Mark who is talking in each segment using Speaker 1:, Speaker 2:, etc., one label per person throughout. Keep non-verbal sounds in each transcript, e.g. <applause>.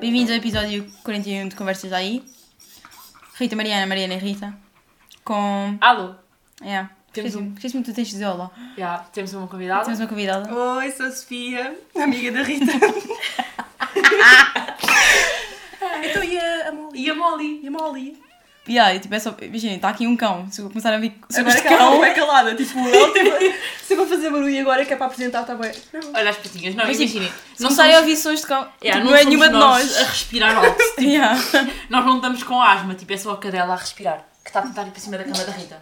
Speaker 1: Bem-vindos ao episódio 41 de Conversas Aí. Rita, Mariana, Mariana e Rita. Com.
Speaker 2: Alô,
Speaker 1: Yeah.
Speaker 2: Temos um-
Speaker 1: Esqueci-me esqueci-me que tu tens de dizer olá.
Speaker 2: já temos uma convidada.
Speaker 1: Temos uma convidada.
Speaker 3: Oi, sou a Sofia, amiga
Speaker 2: <laughs>
Speaker 3: da Rita. então, e a, a Molly?
Speaker 2: E a Molly.
Speaker 3: E a Molly?
Speaker 1: Yeah, eu, tipo, é só... Imagina, está aqui um cão. Se eu começar a vir sobre
Speaker 3: Agora
Speaker 1: este
Speaker 3: que ela
Speaker 1: cão.
Speaker 3: não é calada, tipo, ela <laughs> teve... Se eu vou fazer barulho agora que é para apresentar, está bem. Não.
Speaker 2: Olha as patinhas, não,
Speaker 1: Mas, tipo,
Speaker 2: imaginem.
Speaker 1: Se
Speaker 2: Não
Speaker 1: começarem
Speaker 2: somos-
Speaker 1: a ouvir sons de cão,
Speaker 2: Yeah,
Speaker 1: tipo, não é
Speaker 2: somos
Speaker 1: nenhuma de nós.
Speaker 2: <laughs> a respirar alto.
Speaker 1: Yeah.
Speaker 2: nós não estamos com asma, tipo, é só a cadela a respirar. Que está a tentar ir para cima da cama da Rita.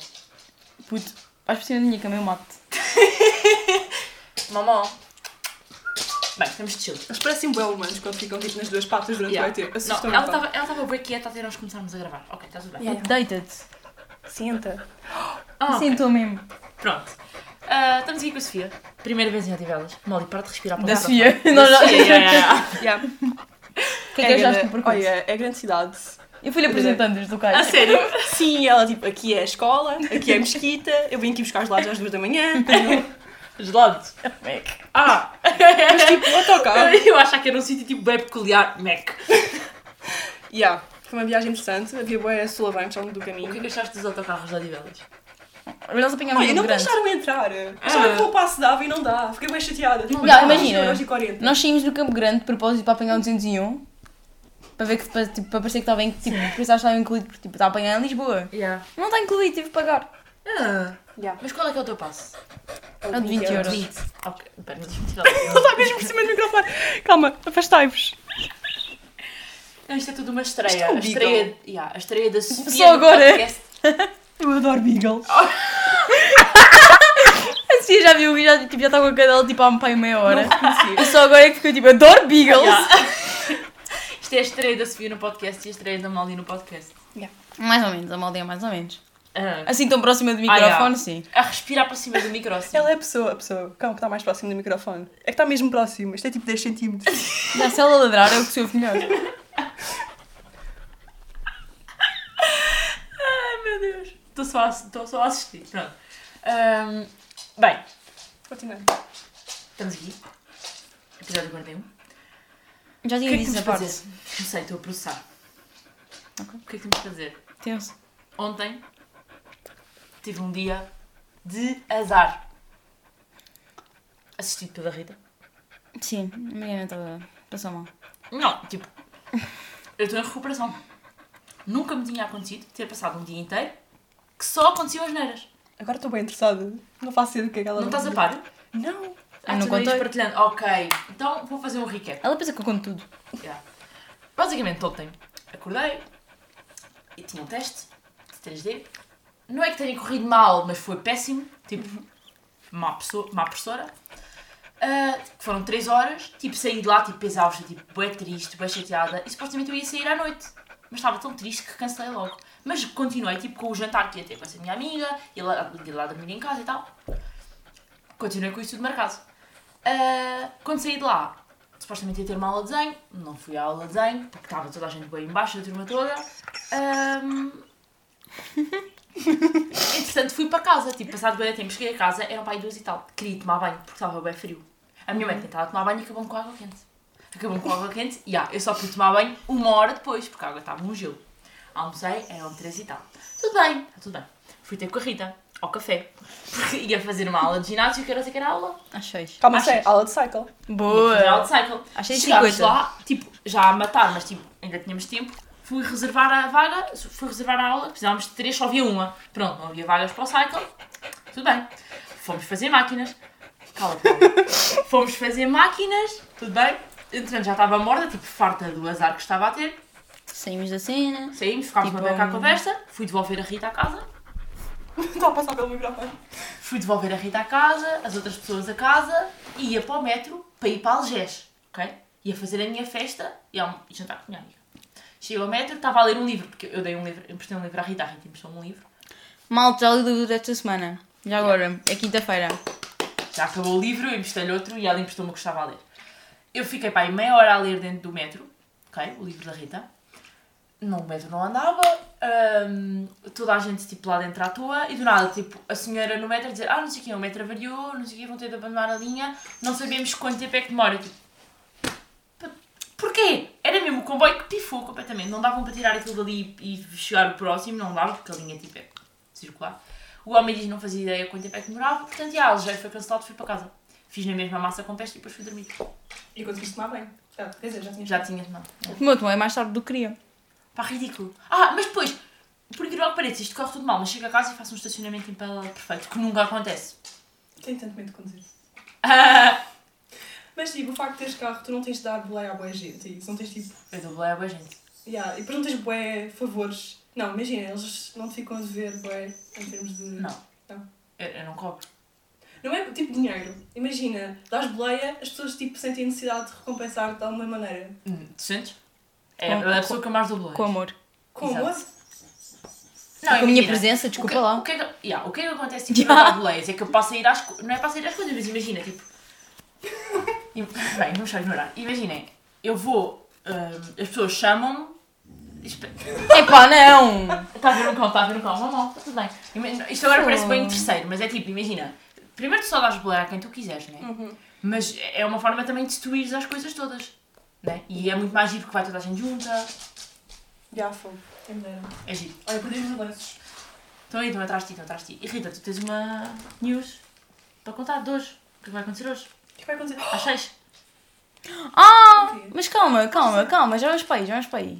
Speaker 1: Puto, vais por cima da minha cama, eu mato.
Speaker 2: Mamó. Bem, estamos de chill.
Speaker 3: Eles parecem bem humanos quando ficam tipo nas duas patas durante
Speaker 2: Yeah.
Speaker 3: o ET.
Speaker 2: Não,
Speaker 3: Assustam-me.
Speaker 2: ela
Speaker 3: pá.
Speaker 2: estava ela estava bem quieta até nós começarmos a gravar. Ok, está tudo bem.
Speaker 3: um Yeah.
Speaker 1: Deita-te.
Speaker 3: Senta.
Speaker 2: Ah, ok.
Speaker 1: Assim estou mesmo.
Speaker 2: Pronto. Ah, estamos aqui com a Sofia. Primeira vez em Odivelas. Molly, para de respirar para
Speaker 1: Da
Speaker 2: o
Speaker 1: Sofia. <laughs> Nós já-
Speaker 2: Não, já.
Speaker 3: Yeah.
Speaker 1: O que é que achaste do
Speaker 3: É grande-
Speaker 1: percurso?
Speaker 3: Olha, é grande cidade.
Speaker 1: Eu fui-lhe apresentando os
Speaker 2: <laughs> A
Speaker 1: locais.
Speaker 2: Oh, Ah, sério?
Speaker 3: Sim, ela tipo, aqui é a escola, aqui é a mesquita, eu vim aqui buscar os lados às duas da manhã, depois não.
Speaker 2: Gelado.
Speaker 1: Mac.
Speaker 2: Ah!
Speaker 3: Mas
Speaker 2: <laughs>
Speaker 3: tipo, autocarro.
Speaker 2: Eu achava que era um sítio tipo bem peculiar. Mac.
Speaker 3: Yeah. Foi uma viagem interessante, havia boa solavancos ao longo do
Speaker 2: O que é
Speaker 3: caminho.
Speaker 2: que achaste dos autocarros da Odivelas?
Speaker 1: Mas nós apanhámos
Speaker 3: Olha,
Speaker 1: um
Speaker 3: não me
Speaker 1: grande.
Speaker 3: deixaram entrar.
Speaker 2: Ah.
Speaker 3: Acharam que o passo dava e não dá. Fiquei bem chateada. Tipo,
Speaker 1: Não,
Speaker 3: dá,
Speaker 1: imagina.
Speaker 3: euros e 40.
Speaker 1: Nós saímos do Campo Grande de propósito para apanhar o 201 para ver que para, tipo, para parecer que estava em- tipo, pensar que estava incluído porque tipo, está a apanhar em Lisboa.
Speaker 2: Yeah.
Speaker 1: Não está incluído, tive de pagar.
Speaker 2: Ah,
Speaker 3: Yeah.
Speaker 2: mas qual é que é o teu passo?
Speaker 1: É o de 20 euros.
Speaker 2: 20. Ok, pera, mas
Speaker 3: <laughs> Não dá mesmo por cima do microfone. Calma, afastai-vos.
Speaker 2: Não, Isto é tudo uma estreia.
Speaker 3: é um
Speaker 2: a, estreia yeah, a estreia da Sofia.
Speaker 1: Só
Speaker 2: no
Speaker 1: agora.
Speaker 2: podcast.
Speaker 3: Eu adoro Beagles.
Speaker 1: A Sofia já viu e já, tipo, já está com a cadela tipo, há um pai meia hora.
Speaker 3: conhecia.
Speaker 1: E só agora é que ficou tipo, adoro Beagles.
Speaker 2: Yeah. <laughs> Isto é a estreia da Sofia no podcast e a estreia da Molly no podcast.
Speaker 1: Mais ou menos, a maldeia mais ou menos.
Speaker 2: Ah,
Speaker 1: Assim tão próxima do
Speaker 2: Ah,
Speaker 1: microfone,
Speaker 2: yeah.
Speaker 1: sim.
Speaker 2: a respirar para cima do micro. assim.
Speaker 3: Ela é a pessoa, a pessoa, o cão que está mais próximo do microfone. É que está mesmo próximo. Isto é tipo 10 centímetros.
Speaker 1: Já, se ela ladrar é o que se ouve melhor.
Speaker 2: Ai é, meu Deus. Estou só, a- estou só a assistir. Pronto. Ahm, bem,
Speaker 3: Continuando.
Speaker 2: estamos aqui. Episódio 41.
Speaker 1: Já
Speaker 2: O que
Speaker 1: tinha dito
Speaker 2: é que temos
Speaker 1: essa
Speaker 2: de
Speaker 1: parte.
Speaker 2: fazer? Não sei, estou a processar.
Speaker 1: Ok.
Speaker 2: O que é que temos de fazer?
Speaker 1: Tenso.
Speaker 2: Ontem tive um dia de azar. Assistido pela Rita?
Speaker 1: Sim, a Mariana estava. passou mal.
Speaker 2: Não, tipo, eu estou em recuperação. Nunca me tinha acontecido ter passado um dia inteiro que só aconteciam as neiras.
Speaker 3: Agora estou bem interessada. Não faço ideia do que é que ela
Speaker 2: Não
Speaker 3: vai
Speaker 2: estás a
Speaker 3: dizer.
Speaker 2: par?
Speaker 3: Não.
Speaker 2: Ah,
Speaker 1: Eu não
Speaker 2: tu não ias
Speaker 1: contei.
Speaker 2: partilhando. Ok, então vou fazer um recap.
Speaker 1: Ela pensa que eu conto tudo.
Speaker 2: Yeah. Basicamente, ontem acordei e tinha um teste de 3D. Não é que tenha corrido mal, mas foi péssimo. Tipo, má, pessoa, má professora. Ah, que foram 3 horas. Tipo, saí de lá, tipo, exausta, tipo, bem triste, bem chateada. E supostamente eu ia sair à noite. Mas estava tão triste que cancelei logo. Mas continuei, tipo, com o jantar que ia ter com essa minha amiga. E lá, ia lá dormir em casa e tal. Continuei com isso tudo marcado. Ah, quando saí de lá, supostamente ia ter uma aula de desenho, não fui à aula de desenho, porque estava toda a gente bem embaixo da turma toda. Ahm, <laughs> Entretanto, fui para casa, tipo, passado bem tempo, cheguei a casa, eram pai duas e tal. Queria tomar banho, porque estava bem frio. A minha mãe tentava tomar banho e acabou-me com a água quente. Acabou-me com a água quente, e ah, eu só fui tomar banho uma hora depois, porque a água estava um gelo. Almocei, eram três e tal. Tudo bem, está tudo bem. Fui ter com a Rita, ao café, <laughs> porque ia fazer uma aula de ginásio, que era que era aula.
Speaker 1: Às seis.
Speaker 3: Calma,
Speaker 2: Achas?
Speaker 3: sei. Aula de cycle.
Speaker 1: Boa!
Speaker 2: Fazer aula Tipo, de cycle.
Speaker 1: Às seis e
Speaker 2: Chegámos
Speaker 1: cinquenta.
Speaker 2: lá, tipo, já a matar, mas tipo, ainda tínhamos tempo. Fui reservar a vaga, fui reservar a aula, precisávamos de três, só havia uma. Pronto, não havia vagas para o cycle. Tudo bem. Fomos fazer máquinas. Cala
Speaker 1: <laughs>
Speaker 2: Fomos fazer máquinas, tudo bem. Entretanto, já estava morta, tipo, farta do azar que estava a ter.
Speaker 1: Saímos da cena.
Speaker 2: Saímos, ficámos
Speaker 1: Tipo,
Speaker 2: uma beca à
Speaker 1: hum.
Speaker 2: conversa. Fui devolver a Rita à casa.
Speaker 3: Está a passar pelo microfone.
Speaker 2: Fui devolver a Rita à casa, as outras pessoas a casa e ia para o metro para ir para Algés, ok? Ia fazer a minha festa e ia almo- e jantar com a minha amiga. Cheguei ao metro, estava a ler um livro, porque eu dei um livro, emprestei um livro à Rita, a Rita emprestou um livro.
Speaker 1: Malta, já li o livro desta semana. Já agora, é quinta-feira.
Speaker 2: Já acabou o livro, eu emprestei-lhe outro e ela emprestou-me o que estava a ler. Eu fiquei para aí meia hora a ler dentro do metro, ok? O livro da Rita. Não, o metro não andava, hum, toda a gente tipo lá dentro à toa e do nada, tipo, a senhora no metro a dizer: Ah, não sei o que, o metro avariou, não sei o que, vão ter de abandonar a linha, não sabemos quanto tempo é que demora. Eu, Tipo, "P- porquê? Era mesmo o comboio que pifou completamente. Não davam para tirar aquilo dali e e chegar o próximo, não dava, porque a linha tipo é circular. O homem diz que não fazia ideia quanto tempo é que demorava, portanto, já, já foi cancelado, fui para casa. Fiz na mesma massa com peste e depois fui dormir.
Speaker 3: E conseguiste tomar bem. Já, quer dizer, já tinha.
Speaker 2: Já tinha tomado.
Speaker 1: O meu tomou é mais tarde do que queria.
Speaker 2: Pá, ridículo. Ah, mas depois, por incrível que pareça, isto corre tudo mal, mas chego a casa e faço um estacionamento em paralelo perfeito, que nunca acontece.
Speaker 3: Tenho tanto medo de conduzir.
Speaker 2: Ah,
Speaker 3: <laughs> Mas tipo, o facto de teres carro, tu não tens de dar boleia à boa gente. é isso. Não tens tipo.
Speaker 2: eu dou boa, boa gente.
Speaker 3: Yeah. E depois não tens boé favores. Não, imagina, eles não te ficam a dever boé em termos de.
Speaker 2: Não.
Speaker 1: Então.
Speaker 2: Eu, eu não cobro.
Speaker 3: Não é tipo dinheiro. Imagina, dás boleia, as pessoas tipo sentem necessidade de recompensar-te de alguma maneira.
Speaker 2: Hum, Tu sentes? É
Speaker 1: Com-
Speaker 2: a pessoa que eu mais dou boa.
Speaker 1: Com amor.
Speaker 3: Com
Speaker 2: Exato.
Speaker 3: amor?
Speaker 1: com
Speaker 2: Não,
Speaker 1: a minha
Speaker 2: imagina.
Speaker 1: presença, desculpa
Speaker 2: o que,
Speaker 1: lá.
Speaker 2: <laughs> O que, é que, yeah, o que é que acontece tipo,
Speaker 1: <laughs> Yeah.
Speaker 2: yeah. boleias? É que eu passo a ir às coisas. Não é passo a ir às coisas, mas
Speaker 1: <laughs>
Speaker 2: imagina, tipo. Im- Bem, vamos só ignorar. Imaginem, eu vou. hum, as pessoas chamam-me. Espe-
Speaker 1: Epá, não!
Speaker 2: Está a ver um cão, está a ver um cão. Não, não, está tudo bem. Ima- Isto agora parece bem terceiro, mas é tipo, imagina. Primeiro tu só dás boleia a quem tu quiseres, né?
Speaker 1: Uhum.
Speaker 2: Mas é uma forma também de tu ires às coisas todas. Né? E é muito mais giro porque vai toda a gente junta.
Speaker 3: Já foi. Quem me dera.
Speaker 2: É giro.
Speaker 3: Olha, perdi os lenços.
Speaker 2: Estão aí, estão Então, atrás de ti, estão atrás de ti. E Rita, tu tens uma news para contar de hoje. O que vai acontecer hoje?
Speaker 3: O que vai acontecer?
Speaker 2: Às seis.
Speaker 1: Ah! Mas calma, calma, calma, já vamos para aí, já vamos para aí.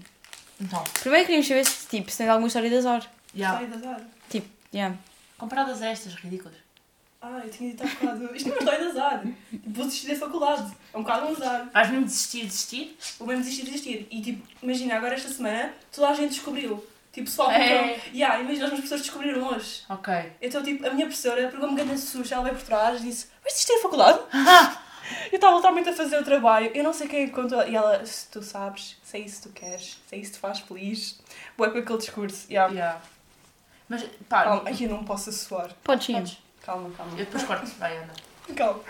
Speaker 2: Então,
Speaker 1: Primeiro queríamos saber se, tipo, se tens alguma história de azar.
Speaker 2: já.
Speaker 3: Sai da azar.
Speaker 1: Tipo, yeah.
Speaker 2: Comparadas a estas ridículas.
Speaker 3: Ah, eu tinha dito há bocado. Isto não é uma história de azar. Tipo, Vou desistir da faculdade. É um bocado um azar.
Speaker 2: Vais mesmo desistir, desistir?
Speaker 3: Vou mesmo desistir de desistir. E tipo, imagina, agora esta semana toda a gente descobriu. Tipo, pessoal que
Speaker 2: É.
Speaker 3: entrou. Yeah, imagina, as minhas pessoas descobriram hoje.
Speaker 2: Ok.
Speaker 3: Então, tipo, a minha professora pegou-me um grande susto, ela veio por trás e disse: Vais desistir da faculdade? eu estava literalmente a fazer o trabalho, eu não sei quem é contou. E ela: Se tu sabes, sei isso tu queres, sei isso te faz feliz. Boa com aquele discurso. Yeah.
Speaker 2: Já. Mas, pá,
Speaker 3: Calma, ai, eu não posso assoar.
Speaker 1: Podes sim.
Speaker 2: Podes.
Speaker 3: Calma, calma.
Speaker 2: eu depois corto. Vai, anda.
Speaker 3: Calma.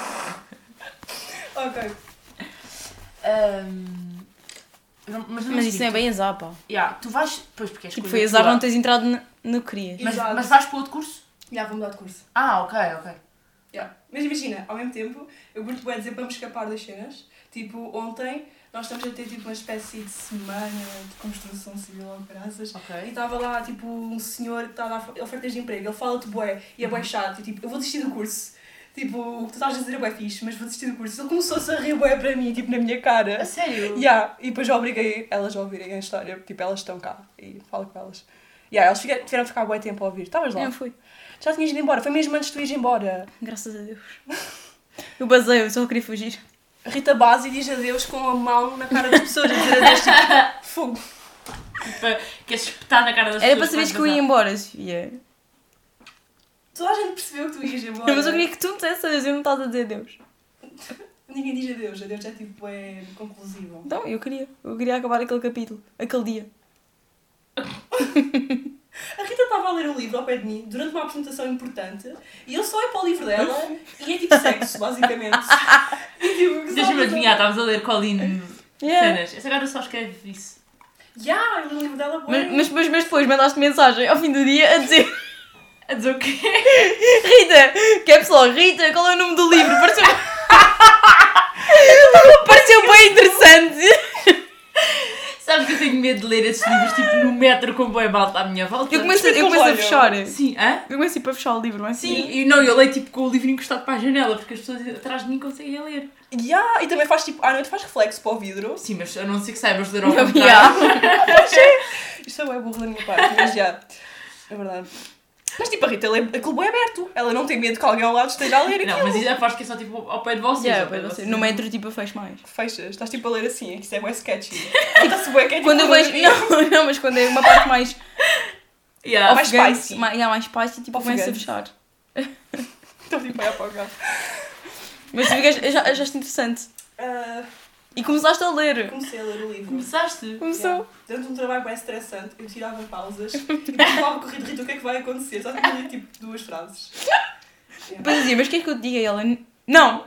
Speaker 3: <laughs> ok.
Speaker 2: Ahm, não- mas,
Speaker 1: Mas isso não é
Speaker 2: digo,
Speaker 1: bem azar, pá.
Speaker 2: tu- Já, tu vais... Pois, porque és
Speaker 1: Tipo,
Speaker 2: coisa
Speaker 1: foi azar
Speaker 2: tua.
Speaker 1: não teres entrado no- no que querias.
Speaker 2: Mas,
Speaker 3: Exato.
Speaker 2: mas vais para outro curso?
Speaker 3: Já vou mudar de curso.
Speaker 2: Ah, ok, ok.
Speaker 3: Yeah. Mas imagina, ao mesmo tempo, eu curto bem dizer para me escapar das cenas. Tipo, ontem nós estamos a ter tipo uma espécie de semana de construção civil ou graças. E
Speaker 2: Ok.
Speaker 3: estava lá, tipo, um senhor que está a dar of- ofertas de emprego. Ele fala-te bué e é
Speaker 1: Uhum.
Speaker 3: bué chato. E, tipo, eu vou desistir do curso. Tipo, o que tu estás a dizer é bué fixe, mas vou desistir do curso. Ele começou-se a rir bué para mim, tipo, na minha
Speaker 2: A
Speaker 3: cara.
Speaker 2: sério?
Speaker 3: Yeah. E depois eu obriguei elas a ouvirem a história. Tipo, elas estão cá e falo com elas. Yeah, elas fica- tiveram de ficar bué tempo a ouvir. Estavas lá?
Speaker 1: Eu fui.
Speaker 3: Já tinhas ido embora. Foi mesmo antes de tu ires embora.
Speaker 1: Graças a Deus. Eu basei, eu só queria fugir.
Speaker 3: Rita Base diz adeus com a mão na cara das pessoas a dizer adeus, tipo, fogo.
Speaker 2: Para- Queres espetar na cara das
Speaker 1: Era para
Speaker 2: pessoas
Speaker 1: saberes que eu
Speaker 2: vais
Speaker 1: ia
Speaker 2: bazar.
Speaker 1: embora, Sofia.
Speaker 3: Toda a gente percebeu que tu ias
Speaker 1: <laughs>
Speaker 3: embora.
Speaker 1: Mas eu queria que tu me dissesse adeus, eu não estás a dizer adeus.
Speaker 3: Ninguém diz adeus, adeus é tipo, é conclusivo.
Speaker 1: Então, eu queria. Eu queria acabar aquele capítulo, aquele dia.
Speaker 3: A Rita estava a ler um livro ao pé de mim durante uma apresentação importante e eu só olho para o livro dela e é tipo sexo, <laughs> basicamente. E, tipo, que só-
Speaker 2: Deixa-me adivinhar, estávamos a ler Colin
Speaker 1: Yeah.
Speaker 2: cenas. Essa agora só escreve isso.
Speaker 3: Ya, eu li o livro dela, boa.
Speaker 1: Mas, mas, mas, mas depois mandaste mensagem ao fim do dia a dizer
Speaker 2: A dizer o quê? <laughs>
Speaker 1: Rita, que é pessoal, Rita, qual é o nome do livro? Pareceu, <laughs> pareceu bem interessante.
Speaker 2: Sabes que eu tenho medo de ler esses livros tipo no metro com boi malta à minha volta?
Speaker 1: Eu começo, a- eu começo a fechar. Eu
Speaker 2: Sim, hã?
Speaker 1: comecei para fechar o livro, não é?
Speaker 2: Sim, e não, eu leio tipo com o livro encostado para a janela porque as pessoas atrás de mim conseguem ler.
Speaker 3: Ya, e também faz tipo, à noite faz reflexo para o vidro.
Speaker 2: Sim, mas a não ser que saibas ler ao
Speaker 1: Eu,
Speaker 2: contrário.
Speaker 1: <laughs> yeah.
Speaker 3: Isto é bué burro da minha parte, mas já. É verdade. Mas tipo, a Rita lê aquilo bem aberto. Ela não tem medo que alguém ao lado esteja a ler aquilo.
Speaker 2: Não, mas isso aposto que é só tipo ao pé de vocês.
Speaker 1: Yeah,
Speaker 2: ao pé de
Speaker 1: pois,
Speaker 2: vocês.
Speaker 1: no metro, tipo, eu fecho mais.
Speaker 3: Fechas, estás tipo a ler assim, é que isso é bué <laughs> sketchy. Está-se bué que é tipo
Speaker 1: Quando eu vejo.
Speaker 3: uma-
Speaker 1: <laughs> Não, não, mas quando é uma parte <laughs> mais.
Speaker 2: Yeah.
Speaker 3: Mais
Speaker 1: afogante,
Speaker 3: spicy.
Speaker 1: ma- yeah, mais spicy, tipo, começa a
Speaker 3: Ofegante.
Speaker 1: fechar.
Speaker 3: Estou tipo a olhar para o gato.
Speaker 1: Mas tu ficas- já achaste interessante.
Speaker 3: Ah,
Speaker 1: E começaste a ler.
Speaker 3: comecei a ler o livro.
Speaker 2: Começaste?
Speaker 1: Começou.
Speaker 3: Dentro de um trabalho bem estressante, eu tirava pausas
Speaker 2: <laughs>
Speaker 3: e perguntava corrido, Rita, o que é que vai acontecer? Só tinha lido tipo duas frases.
Speaker 1: Depois dizia, mas queres que eu te diga? E ela, não.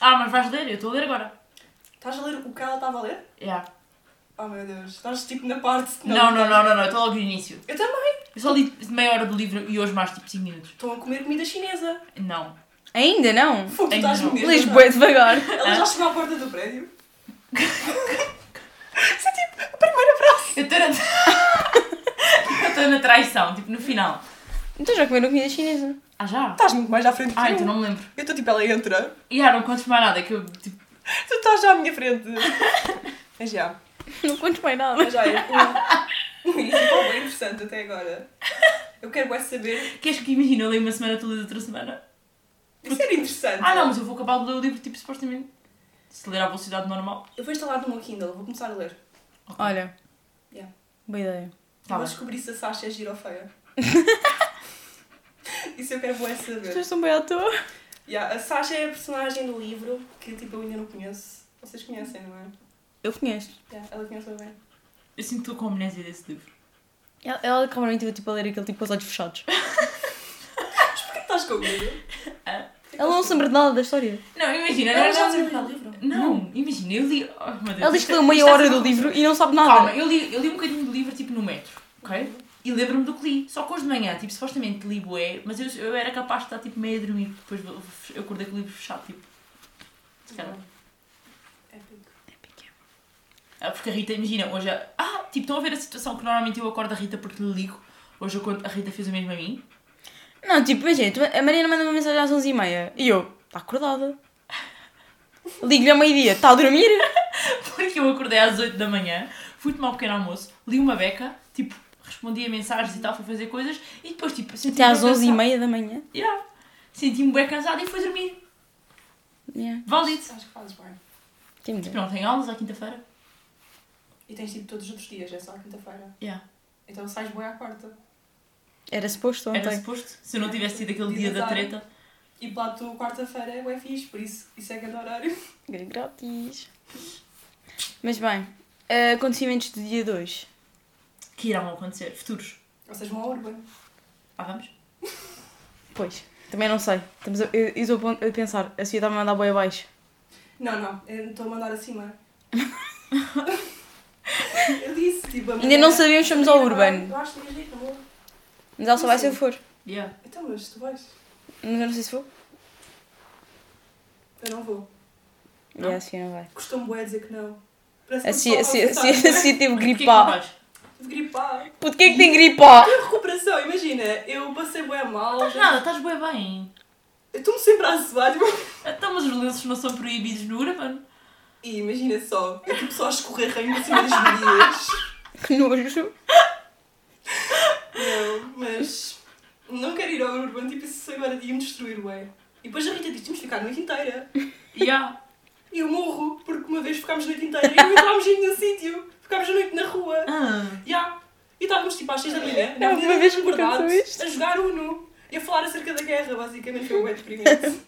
Speaker 2: Ah, mas vais ler, eu estou a ler agora.
Speaker 3: Estás a ler o que ela estava a ler?
Speaker 2: Yeah.
Speaker 3: Oh meu Deus, estás tipo na parte. de-
Speaker 2: Não, não, não, não, não, eu estou logo no início.
Speaker 3: Eu também.
Speaker 2: Eu só li meia hora do livro e hoje mais tipo 5 minutos.
Speaker 3: Estão a comer comida chinesa.
Speaker 2: Não.
Speaker 1: Ainda não.
Speaker 3: Fogo, tu
Speaker 2: Ai,
Speaker 3: estás
Speaker 2: não.
Speaker 1: <laughs>
Speaker 2: Ah.
Speaker 3: mesmo.
Speaker 1: Lisboa, é devagar.
Speaker 3: Ela já chegou à porta do prédio. Isso é tipo a primeira frase.
Speaker 2: Eu estou na. <laughs> eu estou na traição, tipo, no final.
Speaker 1: Então já comeram comida chinesa.
Speaker 2: Ah, já?
Speaker 3: Estás muito mais à frente que
Speaker 2: Ah,
Speaker 3: eu.
Speaker 2: então não me lembro.
Speaker 3: Eu estou tipo, ela entra.
Speaker 2: E ah, não contes mais nada, que eu, tipo,
Speaker 3: Tu estás já à minha
Speaker 2: <laughs>
Speaker 3: frente. Mas já.
Speaker 1: Não contes mais nada.
Speaker 3: Mas olha, o- o- isso foi bem interessante até agora. Eu quero mais saber.
Speaker 2: queres que imagine eu leio uma semana, tu lês outra semana?
Speaker 3: Isso era interessante.
Speaker 2: Ah, não, mas eu vou acabar de ler o livro, tipo, supostamente. Se ler à velocidade normal.
Speaker 3: Eu vou instalar no meu Kindle, vou começar a ler.
Speaker 1: Olha.
Speaker 3: Yeah.
Speaker 1: Boa ideia.
Speaker 2: Tá
Speaker 3: vou
Speaker 2: bem.
Speaker 3: descobrir se a Sasha é gira
Speaker 2: <laughs>
Speaker 3: ou feia. Isso eu quero bué
Speaker 1: As
Speaker 3: saber.
Speaker 1: pessoas
Speaker 2: um
Speaker 1: estão bem à toa.
Speaker 3: Yeah, a Sasha é a personagem do livro que tipo, eu ainda não conheço. Vocês conhecem, não é?
Speaker 1: Eu conheço.
Speaker 3: Yeah, ela conhece bem.
Speaker 2: Eu sinto que estou com a amnésia desse livro.
Speaker 1: Ela, ela claramente teve tipo a ler aquele tipo com os olhos <laughs> fechados.
Speaker 3: Mas porquê que estás com o livro?
Speaker 2: Ah.
Speaker 1: Ela não se lembra de nada da história.
Speaker 2: Não, imagina,
Speaker 3: Ela
Speaker 2: não,
Speaker 3: já
Speaker 2: não,
Speaker 3: leu o livro.
Speaker 2: não, imagina, eu li. Oh, meu Deus,
Speaker 1: Ela diz que
Speaker 2: isto-
Speaker 1: leu meia
Speaker 2: isto está a
Speaker 1: hora
Speaker 2: ser
Speaker 1: do
Speaker 2: uma-
Speaker 1: livro e não sabe
Speaker 2: Calma,
Speaker 1: nada.
Speaker 2: eu li, eu li um bocadinho do livro tipo no metro, ok? E lembro-me do que li. Só que hoje de manhã, tipo, supostamente li bué, mas eu, eu era capaz de estar tipo meio a dormir, depois vou- eu acordei com o livro fechado, tipo. se calhar.
Speaker 3: Épico.
Speaker 2: Ah, Porque a Rita, imagina, hoje. a- Ah, tipo, estão a ver a situação que normalmente eu acordo a Rita porque lhe ligo. Hoje eu conto- a Rita fez o mesmo a mim.
Speaker 1: Não, tipo, imagina, tu- a Mariana manda uma mensagem às 11h30 e eu, está
Speaker 2: <laughs>
Speaker 1: acordada. Ligo-lhe ao meio-dia, está a dormir?
Speaker 2: Porque eu acordei às 8 da manhã, fui tomar um pequeno almoço, li uma beca, tipo, respondi a mensagens e tal, fui fazer coisas e depois, tipo, senti
Speaker 1: Até às 11h30 da manhã.
Speaker 2: Yeah. Senti-me bem cansada e fui dormir.
Speaker 1: Yeah.
Speaker 2: Válido.
Speaker 3: Acho que fazes bem.
Speaker 1: Tem
Speaker 2: Tipo, não tenho aulas à quinta-feira.
Speaker 3: E tens tipo todos os outros dias, é só à quinta-feira.
Speaker 2: Yeah.
Speaker 3: Então sais boi à quarta.
Speaker 1: Era suposto
Speaker 2: Era
Speaker 1: ontem.
Speaker 2: suposto. Se eu não tivesse tido aquele dia
Speaker 3: Dias
Speaker 2: da
Speaker 3: azar.
Speaker 2: treta.
Speaker 3: E plato quarta-feira é boi fixe, por isso isso é grande horário.
Speaker 1: Grátis. Mas bem, eh, acontecimentos do dia 2.
Speaker 2: Que irão acontecer. Futuros.
Speaker 3: Vocês vão ao Urban.
Speaker 2: Ah, vamos?
Speaker 1: Pois, também não sei. Estamos a, eu, eu estou a pon- a pensar, a Sofia está-me a mandar boi abaixo.
Speaker 3: Não, não, eu estou a
Speaker 2: <laughs>
Speaker 3: mandar acima. eu disse, tipo, a
Speaker 1: Ainda não
Speaker 3: Mariana-
Speaker 1: sabemos se vamos ao Urban,
Speaker 3: Eu acho que devias ir, amor.
Speaker 1: mas ela só vai se eu for.
Speaker 2: Yeah.
Speaker 3: Então, mas tu vais.
Speaker 1: Mas eu não sei se vou.
Speaker 3: Eu não vou.
Speaker 1: E a Sofia não vai.
Speaker 3: Costumo bué dizer que não. Parece que
Speaker 1: A Sofia-
Speaker 3: eu
Speaker 1: Ah, a
Speaker 3: sou
Speaker 1: Sofia a
Speaker 3: alcançar.
Speaker 1: Sofia- a Sofia teve
Speaker 2: Porquê que não
Speaker 1: gripa.
Speaker 2: vais?
Speaker 3: De gripar. <laughs>
Speaker 1: Puto, que é que tem gripa?
Speaker 3: A recuperação, imagina, eu passei bué mal.
Speaker 2: Estás nada, estás bem bem.
Speaker 3: Eu estou-me sempre a suar. tipo,
Speaker 2: Então, mas os lenços não são proibidos no Urban.
Speaker 3: E imagina só, eu tipo só a escorrer ranho em cima das medias.
Speaker 1: <laughs> Que nojo.
Speaker 3: Não, mas não quero ir ao Urban, tipo, isso agora ia-me destruir, ué. E depois a Rita diz, temos de ficar a noite inteira.
Speaker 2: Yeah.
Speaker 3: E eu morro, porque uma vez ficámos a noite inteira e não entrámos em nenhum sítio. Ficámos a noite na rua.
Speaker 2: Ah.
Speaker 3: Ya. E estávamos tipo às 6 da manhã,
Speaker 1: É a
Speaker 3: na
Speaker 1: última
Speaker 3: Avenida
Speaker 1: vez
Speaker 3: dos
Speaker 1: que me aconteceu
Speaker 3: Concordados,
Speaker 1: isto.
Speaker 3: a jogar Uno. E a falar acerca da guerra, basicamente, foi um bué <laughs> deprimente.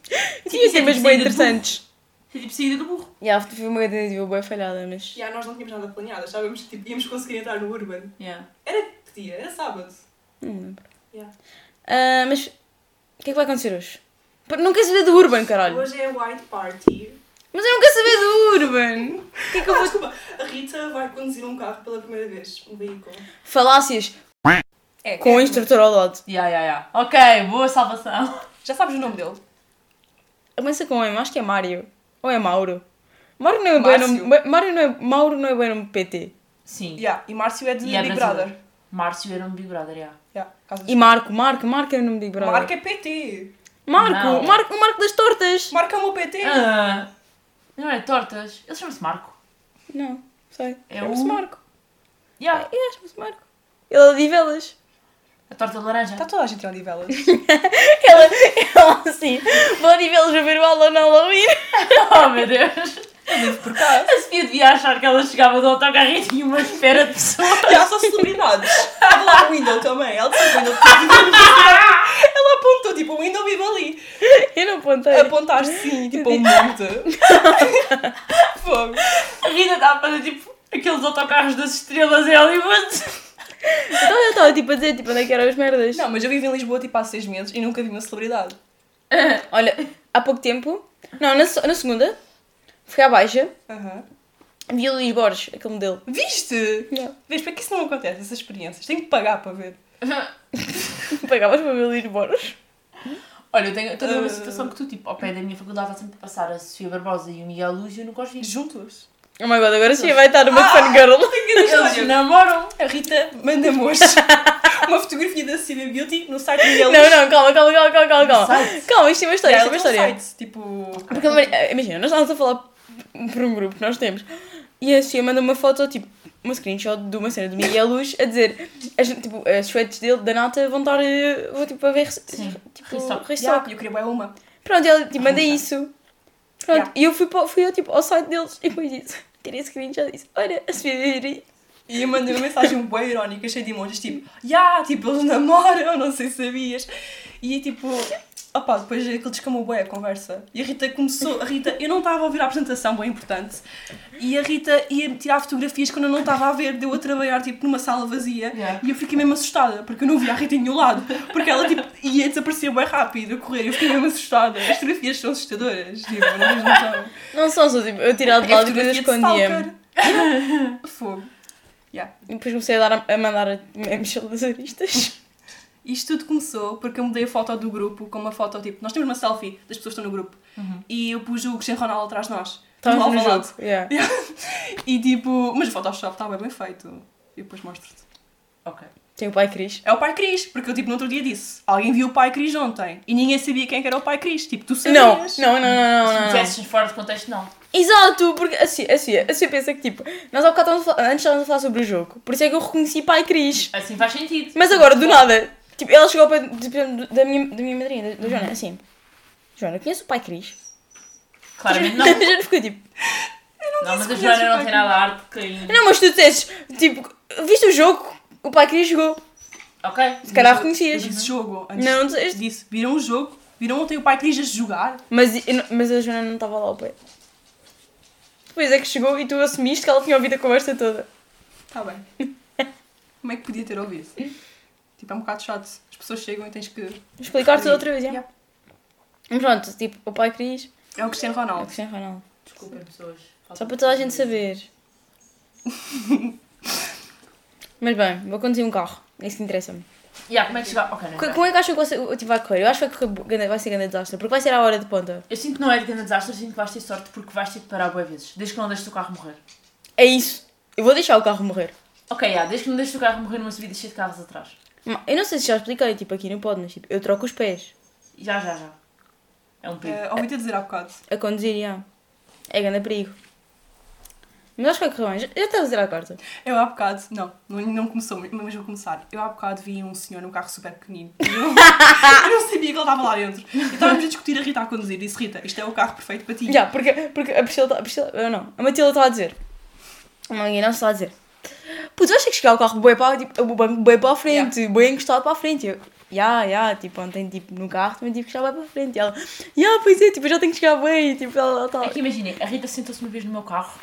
Speaker 1: Tinha
Speaker 3: é
Speaker 1: temas
Speaker 2: tipo
Speaker 1: bem
Speaker 2: saída de
Speaker 1: interessantes.
Speaker 2: É tipo saída do burro.
Speaker 1: E ela foi uma tentativa bem falhada, mas.
Speaker 3: Já nós não tínhamos nada planeado, achávamos que tipo, íamos conseguir entrar no Urban.
Speaker 2: Yeah.
Speaker 3: Era que dia? Era sábado.
Speaker 1: Não me lembro.
Speaker 3: Yeah.
Speaker 1: Ah, mas. O que é que vai acontecer hoje? Pá, Não quero saber do Urban, caralho.
Speaker 3: Hoje é a White Party.
Speaker 1: Mas eu não quero saber do Urban. O que é que eu
Speaker 3: Ah,
Speaker 1: vou.
Speaker 3: <laughs> desculpa, a Rita vai conduzir um carro pela primeira vez, um veículo.
Speaker 1: Falácias
Speaker 3: É,
Speaker 1: com o instrutor ao lado.
Speaker 2: Yeah, yeah, yeah. Ok, boa salvação.
Speaker 3: Já sabes o nome dele?
Speaker 1: Começa com M, acho que é Mário. Ou é Mauro? Mauro não é bem
Speaker 3: Márcio.
Speaker 1: nome. Mário não é... Mauro não é bem nome PT.
Speaker 2: Sim.
Speaker 3: Yeah. E Márcio é de
Speaker 2: E é
Speaker 3: Big
Speaker 2: brasileiro.
Speaker 3: Brother.
Speaker 2: Márcio era um Big Brother, yeah.
Speaker 3: Yeah, casa dos-
Speaker 1: E Marco, Marco, Marco é o nome de Big Brother.
Speaker 3: Marco é PT.
Speaker 1: Marco,
Speaker 2: Não.
Speaker 1: Marco, o Marco das tortas.
Speaker 3: Marco é o meu PT.
Speaker 2: Ah. Não é tortas. Eles chamam-se Marco.
Speaker 1: Não, sei.
Speaker 2: É
Speaker 1: Chama-se
Speaker 2: o-
Speaker 1: Marco.
Speaker 2: Yeah.
Speaker 1: um- É, é, chama-se Marco. Ele é de <laughs> velas.
Speaker 2: A torta de laranja.
Speaker 3: Está Tá toda a gente a velas.
Speaker 1: Ela, ela é- assim, vou de velas a ver o Alan Halloween.
Speaker 2: <laughs> Oh meu Deus!
Speaker 3: Por cá.
Speaker 2: A Sofia devia achar que ela chegava do autocarro e tinha uma espera de pessoa.
Speaker 3: Já só celebridades. Estava lá o Window também. Ela disse o Window.
Speaker 1: <laughs>
Speaker 3: Ela apontou, tipo, o Window vive ali.
Speaker 1: <laughs> Eu não apontei.
Speaker 3: Apontar sim, tipo, a um
Speaker 1: <laughs>
Speaker 3: monte. Fogo.
Speaker 2: A Rita estava a fazer tipo aqueles autocarros das estrelas em Hollywood.
Speaker 1: Então eu estava tipo a dizer tipo, onde é que eram as merdas.
Speaker 3: Não, mas eu vivo em Lisboa, tipo, há seis meses e nunca vi uma celebridade.
Speaker 1: Ah, Olha, há pouco tempo, não, na, se- na segunda, fui à Baixa,
Speaker 3: Aham.
Speaker 1: vi o Luís Borges, aquele modelo. <laughs>
Speaker 3: Viste?
Speaker 1: Não.
Speaker 3: Vês, para que isso não acontece, essas experiências? Tenho que pagar para ver.
Speaker 1: Pagavas para ver o Luís Borges.
Speaker 2: Olha, eu tenho, estou na
Speaker 3: Ah.
Speaker 2: mesma tá situação que tu, tipo, ao pé da minha faculdade está sempre a passar a Sofia Barbosa e o Miguel Luz e eu nunca os vi.
Speaker 3: Juntos?
Speaker 1: Oh my god, agora sim vai estar uma fun <laughs> girl.
Speaker 3: Eles namoram. A Rita manda-me
Speaker 1: <laughs>
Speaker 3: hoje uma fotografia da Cine Beauty no site deles.
Speaker 1: Não, não, calma, calma, calma, calma, calma. Calma,
Speaker 2: No site?
Speaker 1: calma isto é uma história,
Speaker 3: Yeah,
Speaker 1: isto é uma
Speaker 3: ela tem um
Speaker 1: história.
Speaker 3: site, tipo...
Speaker 1: Porque imagina- imagina, nós estávamos a falar por um grupo que nós temos e a Sofia manda uma foto, tipo, uma screenshot de uma cena do Miguel Luz a dizer as, tipo, as sweats dele da nata vão estar eh, vão, tipo, a ver
Speaker 2: Sim.
Speaker 1: tipo,
Speaker 2: Restock.
Speaker 1: restock.
Speaker 3: Yeah, eu queria bué uma.
Speaker 1: Pronto, ela tipo, manda isso. Pronto,
Speaker 3: Yeah.
Speaker 1: e eu fui, para, fui eu, tipo, ao site deles e depois disse, tirei screenshot e disse, olha, a Sofia Beauty.
Speaker 3: E eu mandei uma mensagem bem irónica, cheia de emojis, tipo, yeah, tipo, eles namoram, <laughs> não sei se sabias. E tipo, opá, depois aquilo descamou bué a conversa. E a Rita começou, a Rita, eu não estava a ouvir a apresentação, bem importante. E a Rita ia tirar fotografias quando eu não estava a ver, deu a trabalhar, tipo, numa sala vazia.
Speaker 2: Yeah.
Speaker 3: E eu fiquei mesmo assustada, porque eu não via a Rita em nenhum lado. Porque ela, tipo, ia desaparecer bem rápido, a correr, eu fiquei mesmo assustada. As fotografias são assustadoras, tipo, não noção.
Speaker 1: Não são só, tipo, eu tirei ela de
Speaker 3: É
Speaker 1: lado e depois eu
Speaker 3: fotografia de
Speaker 1: escondia-me.
Speaker 3: stalker. <laughs> Fogo.
Speaker 1: E depois comecei a, dar, a mandar a, a Michelle das aristas.
Speaker 3: Isto tudo começou porque eu mudei a foto do grupo com uma foto tipo. Nós temos uma selfie das pessoas que estão no grupo
Speaker 1: Uhum.
Speaker 3: e eu pus o Cristiano Ronaldo atrás de nós.
Speaker 1: Estávamos
Speaker 3: Mal
Speaker 1: no
Speaker 3: falado.
Speaker 1: jogo. Yeah.
Speaker 3: E tipo. Mas o Photoshop estava bem feito. E depois mostro-te.
Speaker 2: Ok.
Speaker 1: Tem o pai Cris.
Speaker 3: É o pai Cris, porque eu tipo no outro dia disse: alguém viu o pai Cris ontem e ninguém sabia quem que era o pai Cris. Tipo, tu sabias?
Speaker 1: Não, não, não, não,
Speaker 2: Se
Speaker 1: não,
Speaker 2: me
Speaker 1: não.
Speaker 2: dissesses fora de contexto, não.
Speaker 1: Exato, porque assim, assim, assim pensa que tipo, nós há bocado estávamos a falar, antes estávamos a falar sobre o jogo, por isso é que eu reconheci pai Cris.
Speaker 2: Assim faz sentido.
Speaker 1: Mas agora, do nada, tipo, ela chegou ao pé tipo, da, minha, da minha madrinha, da, da Joana, assim. Joana, conheço o pai Cris?
Speaker 2: Claramente não.
Speaker 1: A <laughs> Joana ficou tipo,
Speaker 2: Não, mas a
Speaker 3: conheces
Speaker 2: Joana
Speaker 3: o
Speaker 2: não
Speaker 3: pai
Speaker 2: tem nada a arte caindo.
Speaker 1: não, mas tu disseste, tipo, viste o jogo, o pai Cris jogou.
Speaker 2: Ok.
Speaker 1: Se calhar
Speaker 3: Eu
Speaker 1: reconhecias.
Speaker 3: disse jogo antes.
Speaker 1: Não, disseste.
Speaker 3: Disse: viram o jogo? Viram ontem o pai Cris a jogar?
Speaker 1: Mas, eu não- mas a Joana não estava lá ao pé. Depois é que chegou e tu assumiste que ela tinha ouvido a conversa toda.
Speaker 3: Está Tá bem.
Speaker 1: <laughs>
Speaker 3: Como é que podia ter ouvido? Tipo, é um bocado chato. As pessoas chegam e tens que.
Speaker 1: Explicar tudo outra vez, já.
Speaker 3: Yeah.
Speaker 1: Mas Pronto, tipo, o pai Cris,
Speaker 3: É o Cristiano
Speaker 1: o
Speaker 3: Ronaldo.
Speaker 1: Cristiano Ronaldo.
Speaker 2: Desculpem, pessoas. Falta
Speaker 1: Só para toda a gente saber. Mas bem, vou conduzir um carro. Isso que interessa-me.
Speaker 2: Yeah, como é que chega? Ok, não
Speaker 1: Co-
Speaker 2: interessa.
Speaker 1: Como é que acham que vai ser- tipo, vai correr? Eu acho que vai, correr bo- ganda- vai ser grande desastre. Porque vai ser à hora de ponta.
Speaker 2: Eu sinto que não é de grande desastre, eu sinto que vais ter sorte porque vais ter de parar boas vezes. Desde que não deixes o carro morrer.
Speaker 1: É isso. Eu vou deixar o carro morrer.
Speaker 2: Ok, yeah, desde que não deixes o carro morrer numa subida cheia de carros atrás.
Speaker 1: Ma- Eu não sei se já expliquei, tipo, aqui não pode, mas tipo, eu troco os pés.
Speaker 2: Já, já, já. É um perigo.
Speaker 3: Eh, Ouvi-te dizer há bocado.
Speaker 1: A conduzir, já. É grande perigo. Mas acho que vai correr bem. Já, já está a fazer a carta.
Speaker 3: Eu há bocado, não, não, não começou, mas vou começar. Eu há bocado vi um senhor num carro super pequenino. Eu,
Speaker 1: <laughs>
Speaker 3: eu não sabia que ele estava lá dentro. E estávamos a discutir a Rita a conduzir. Disse Rita, isto é o carro perfeito para ti.
Speaker 1: Já, porque, porque a Priscila, tá- a Priscila, eu não, a Matilda estava a dizer, a Manguinha não estava a dizer, putz, acho que chegar o carro bem para, tipo, o banco bem para a frente, bem encostado para a frente, E eu, já, já, tipo, ontem, tipo, no carro também tive que chegar bem para a frente, e ela, já, pois é, tipo, eu já tenho que chegar bem, e, tipo, ela está,
Speaker 2: É que imaginem, a Rita sentou-se uma vez no meu carro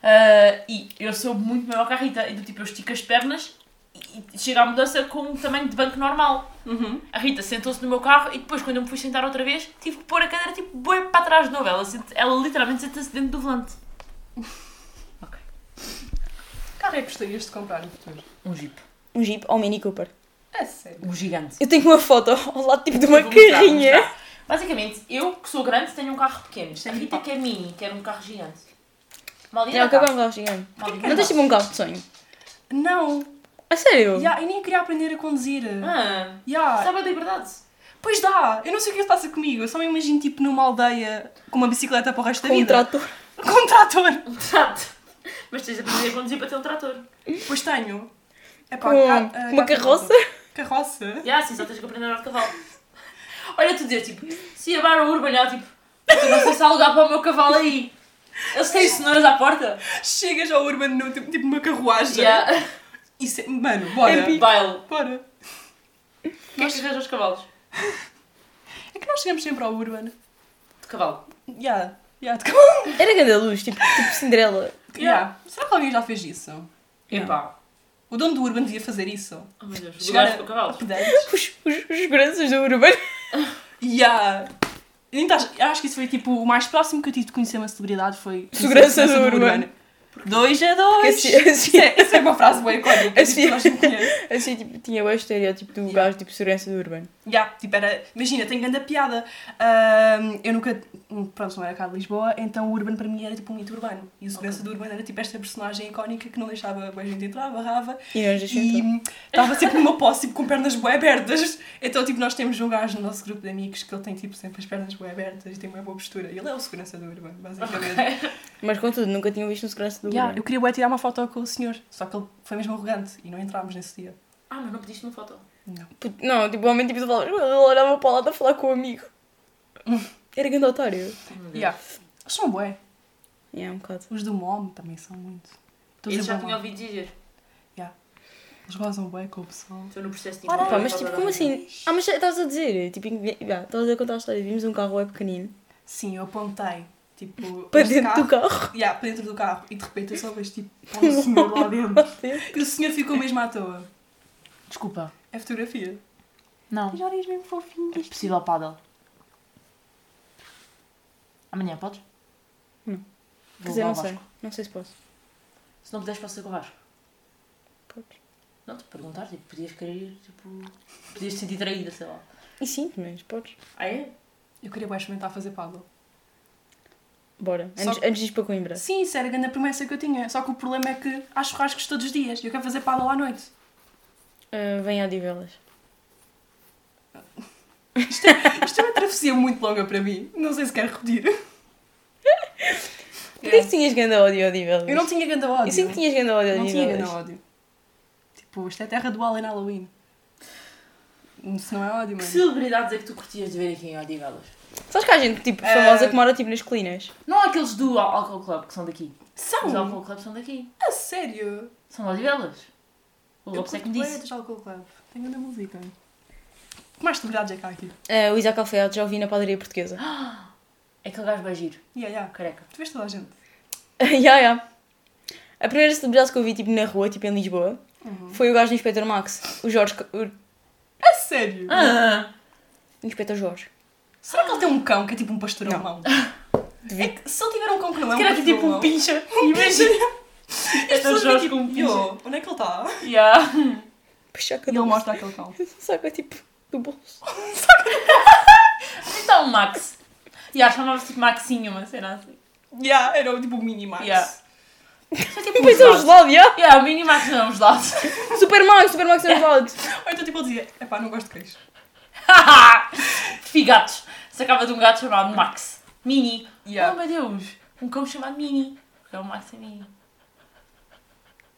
Speaker 2: ah, e eu sou muito maior que a Rita. E do tipo, eu estico as pernas e, e chego à mudança com um tamanho de banco normal.
Speaker 3: Uhum.
Speaker 2: A Rita sentou-se no meu carro e depois, quando eu me fui sentar outra vez, tive que pôr a cadeira tipo boi para trás de novo. Ela, sente- ela literalmente senta-se dentro do volante. <laughs> Ok.
Speaker 3: Que carro é que gostarias de comprar no futuro?
Speaker 2: Um jeep.
Speaker 1: um Jeep ou um Mini Cooper,
Speaker 3: É sério.
Speaker 2: Um gigante.
Speaker 1: eu tenho uma foto ao lado, tipo, de uma
Speaker 2: Vou mostrar, vou
Speaker 1: carrinha,
Speaker 2: mostrar. Basicamente, eu que sou grande tenho um carro pequeno. A Rita que é mini, quer um carro gigante. Maldita
Speaker 1: já,
Speaker 2: carro.
Speaker 1: acabou um carro gigante,
Speaker 2: Maldita
Speaker 1: não tens, tipo, um carro de sonho,
Speaker 3: Não.
Speaker 1: a sério,
Speaker 3: Ya, eu nem queria aprender a conduzir.
Speaker 2: Ah,
Speaker 3: Ya.
Speaker 2: sabe a liberdade. <laughs>
Speaker 3: Pois dá. Eu não sei o que é que passa comigo. Eu só me imagino tipo numa aldeia com uma bicicleta para o resto da
Speaker 1: com um
Speaker 3: vida.
Speaker 1: trator,
Speaker 3: Com um trator.
Speaker 2: Um trato. Mas tens de aprender a conduzir para ter um trator.
Speaker 3: Pois tenho. É
Speaker 1: com uma carroça,
Speaker 3: Carroça?
Speaker 2: Já, assim, só tens que aprender a andar de cavalo. Olha, tu dizer, tipo, se a Barra Urban, ela, tipo, eu não sei se há lugar para o meu cavalo aí. Eles têm cenouras à porta.
Speaker 3: Chegas ao Urban no tipo, tipo uma carruagem.
Speaker 2: Já.
Speaker 3: Isso é... Mano, bora.
Speaker 1: É pico.
Speaker 2: Baile.
Speaker 3: Bora.
Speaker 2: Quem é que arranja os cavalos?
Speaker 3: É que nós chegamos sempre ao Urban.
Speaker 2: De cavalo.
Speaker 3: Ya, ya, <laughs> de cavalo.
Speaker 1: era grande a luz, tipo, tipo Cinderela,
Speaker 2: Ya.
Speaker 3: Será que alguém já fez isso?
Speaker 1: Não.
Speaker 2: Epá.
Speaker 3: O dono do Urban devia fazer isso.
Speaker 2: Oh meu Deus,
Speaker 3: Chegar
Speaker 2: lugares
Speaker 3: a-
Speaker 2: para
Speaker 1: Oh,
Speaker 2: cavalos.
Speaker 3: Pedantes. <laughs>
Speaker 1: os, os, os seguranças do Urban.
Speaker 3: Ya. Nem estás- eu acho que isso foi tipo o mais próximo que eu tive de conhecer uma celebridade foi.
Speaker 1: <laughs> Segurança do
Speaker 3: segurança
Speaker 1: Urban.
Speaker 2: Dois a dois.
Speaker 3: <laughs>
Speaker 1: Porque assim, assim-
Speaker 3: Isso é, isso é uma frase boa icónica.
Speaker 1: Assim-
Speaker 3: Assim, assim, conhece.
Speaker 1: assim tipo, tinha o estereótipo do gajo tipo segurança do Urban.
Speaker 3: Yeah, tipo, era, imagina, tem grande piada. Ahm, eu nunca. hum, Pronto, não era cá de Lisboa, então o Urban para mim era tipo um mito urbano. E o segurança do Urban era tipo esta personagem icónica que não deixava a gente entrar, barrava.
Speaker 1: E não nos deixou
Speaker 3: E
Speaker 1: entrar.
Speaker 3: hum, estava sempre numa posse tipo, com pernas bué abertas. Então, tipo, nós temos um gajo no nosso grupo de amigos que ele tem tipo sempre as pernas bué abertas e tem uma boa postura. Ele é o segurança do Urban, basicamente.
Speaker 1: Mas contudo, nunca tinha visto um segurança do
Speaker 3: Yeah,
Speaker 1: Urban.
Speaker 3: eu queria bué tirar uma foto com o senhor, só que ele foi mesmo arrogante e não entrámos nesse dia.
Speaker 2: Ah, mas não pediste uma foto.
Speaker 1: Puto, Não, tipo, o homem tipo, falava, ele olhava para o lado a falar com o
Speaker 3: <laughs>
Speaker 1: amigo. Era grande otário.
Speaker 3: Yeah. Eles são bué.
Speaker 1: É, um bocado.
Speaker 3: Os do MOM também são muito. Todos
Speaker 2: Eles
Speaker 3: é
Speaker 2: já
Speaker 3: bué
Speaker 2: tinham
Speaker 3: mau.
Speaker 2: ouvido dizer.
Speaker 3: Eles gozam bué com o pessoal.
Speaker 2: Estou no processo de
Speaker 3: Ora,
Speaker 1: Pá,
Speaker 2: encontrar
Speaker 1: mas
Speaker 2: uma
Speaker 1: tipo,
Speaker 2: palavra
Speaker 1: como
Speaker 2: nova. <laughs>
Speaker 1: assim? Ah, mas estavas a dizer, tipo, em- yeah, estavas a contar a história, vimos um carro é pequenino,
Speaker 3: Sim, eu apontei, <laughs> tipo,
Speaker 1: para
Speaker 3: este
Speaker 1: dentro do carro.
Speaker 3: Yeah, para dentro do carro. E de repente eu só vejo, tipo, pá, o senhor lá <laughs> dentro. E o senhor ficou mesmo à toa.
Speaker 2: Desculpa.
Speaker 3: É fotografia.
Speaker 2: Não.
Speaker 3: As horas mesmo
Speaker 2: É
Speaker 3: fofinhas.
Speaker 2: possível ao paddle. Amanhã podes?
Speaker 1: Não.
Speaker 2: Vou
Speaker 1: Quer dizer,
Speaker 2: levar
Speaker 1: não
Speaker 2: o
Speaker 1: sei,
Speaker 2: Vasco.
Speaker 1: não sei se posso.
Speaker 2: Se não puderes, posso ser com o Vasco.
Speaker 1: Podes.
Speaker 2: Não, te perguntar, tipo, podias querer ir, tipo... Podias te sentir traída, sei lá.
Speaker 1: E sim, mas podes.
Speaker 2: Ah, é?
Speaker 3: Eu queria bué experimentar fazer paddle.
Speaker 1: Bora,
Speaker 3: Só
Speaker 1: antes, antes de ir para Coimbra.
Speaker 3: Sim, isso era a grande promessa que eu tinha. Só que o problema é que há churrascos todos os dias. e Eu quero fazer paddle à <laughs> noite.
Speaker 1: Ah, vem a Odivelas.
Speaker 3: Isto é uma travessia muito longa para mim. Não sei se quero repetir.
Speaker 1: Por que tinhas grande ódio a Odivelas?
Speaker 3: Eu não tinha grande ódio.
Speaker 1: Eu sempre tinhas grande ódio a
Speaker 3: Não tinha grande
Speaker 1: Odivelas.
Speaker 3: ódio. Tipo, isto é terra do Alien Halloween. Se não é ódio,
Speaker 2: Que
Speaker 3: mano.
Speaker 2: celebridades é que tu curtias de ver aqui em Odivelas?
Speaker 1: Sabes que há gente, tipo,
Speaker 3: Ah.
Speaker 1: famosa que mora, tipo, nas colinas?
Speaker 2: Não há aqueles do Al- Alcohol Club, que são daqui. Os
Speaker 3: São?
Speaker 2: Alcohol Club são daqui.
Speaker 3: A sério?
Speaker 2: São de Odivelas. O Lopes é que me disse.
Speaker 3: dos Alcohol Club. Tenho grande música. Que mais celebridades é que há aqui?
Speaker 1: Ah, o Isaac Alfeado já ouvi na padaria portuguesa. <gasps>
Speaker 2: É aquele gajo vai giro.
Speaker 3: Yeah, yeah.
Speaker 2: Careca.
Speaker 3: Tu vês toda a gente?
Speaker 1: Ya, ya. A primeira celebridade que eu vi, tipo, na rua, tipo, em Lisboa, foi o gajo do Inspector Max. O Jorge... Ca- O
Speaker 3: A sério?
Speaker 2: Ah!
Speaker 1: Inspector Jorge.
Speaker 3: Será que ele tem um cão que é tipo um pastor
Speaker 1: Não.
Speaker 2: <laughs>
Speaker 3: alemão? É que se ele tiver um cão que não é um
Speaker 2: Será que
Speaker 3: pastor
Speaker 2: é tipo um
Speaker 3: <laughs> alemão...
Speaker 2: <laughs> pincha? Imagina.
Speaker 3: as pessoas
Speaker 2: Jorge
Speaker 3: ficam
Speaker 2: com um
Speaker 3: tipo,
Speaker 2: pincher.
Speaker 3: "Yo, onde é que ele está?
Speaker 2: Yeah.
Speaker 1: Puxa, que
Speaker 3: E ele mostra aquele cão.
Speaker 1: <laughs> Saca, tipo, do <laughs> bolso.
Speaker 2: Então, Max. E yeah, chamava-se tipo Maxinho, mas era assim.
Speaker 3: Yeah, era tipo um mini Max.
Speaker 2: Yeah. Isso é tipo um
Speaker 1: Depois é um gelado,
Speaker 2: gelado.
Speaker 1: ya.
Speaker 2: Yeah, o mini Max não é um gelado.
Speaker 1: Super Max, Super Max é um gelado.
Speaker 3: Ou então tipo ele dizia, epá, não gosto de queijo.
Speaker 2: <laughs> Fui gatos. Sacava de um gato chamado Max. Mini.
Speaker 3: Yeah.
Speaker 2: Oh meu Deus. Um cão chamado Mini. É o Max e Mini.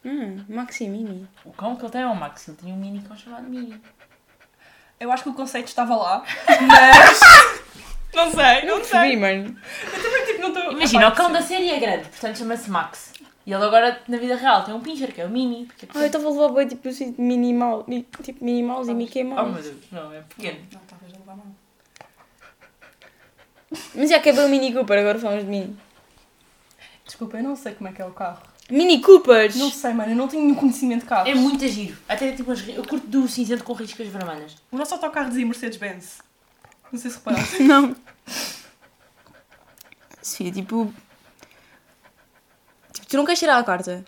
Speaker 1: Hum, Max e Mini.
Speaker 2: O cão que ele tem é o Max. Ele tinha um mini cão chamado Mini.
Speaker 3: Eu acho que o conceito estava lá, <laughs> mas... não sei,
Speaker 1: Não
Speaker 3: não
Speaker 1: percebi,
Speaker 3: sei.
Speaker 1: mano.
Speaker 3: Também, tipo, não tô...
Speaker 2: Imagina,
Speaker 3: Epá,
Speaker 2: o cão da série é grande, portanto chama-se Max. E ele agora, na vida real, tem um pincher que é o Mini. Porque...
Speaker 1: Ah, eu estava a levar boi, tipo, assim, de Minnie Mouse, mi- tipo, Minnie Mouse e Mickey
Speaker 2: Oh meu
Speaker 1: Mouse.
Speaker 2: Deus, não, é pequeno.
Speaker 3: Não, talvez não vá mal.
Speaker 1: Mas já quebrou o Mini Cooper, agora falamos de Mini.
Speaker 3: Desculpa, eu não sei como é que é o carro.
Speaker 1: Mini Coopers!
Speaker 3: Não sei, mano, eu não tenho nenhum conhecimento de carros.
Speaker 2: É muito giro. Até tipo umas... ri- Eu curto do cinzento com riscas vermelhas.
Speaker 3: O nosso autocarro dizia Mercedes-Benz. Não sei se
Speaker 2: <laughs>
Speaker 3: reparaste.
Speaker 1: Não. Sofia, tipo. Tipo, tu não queres tirar a carta.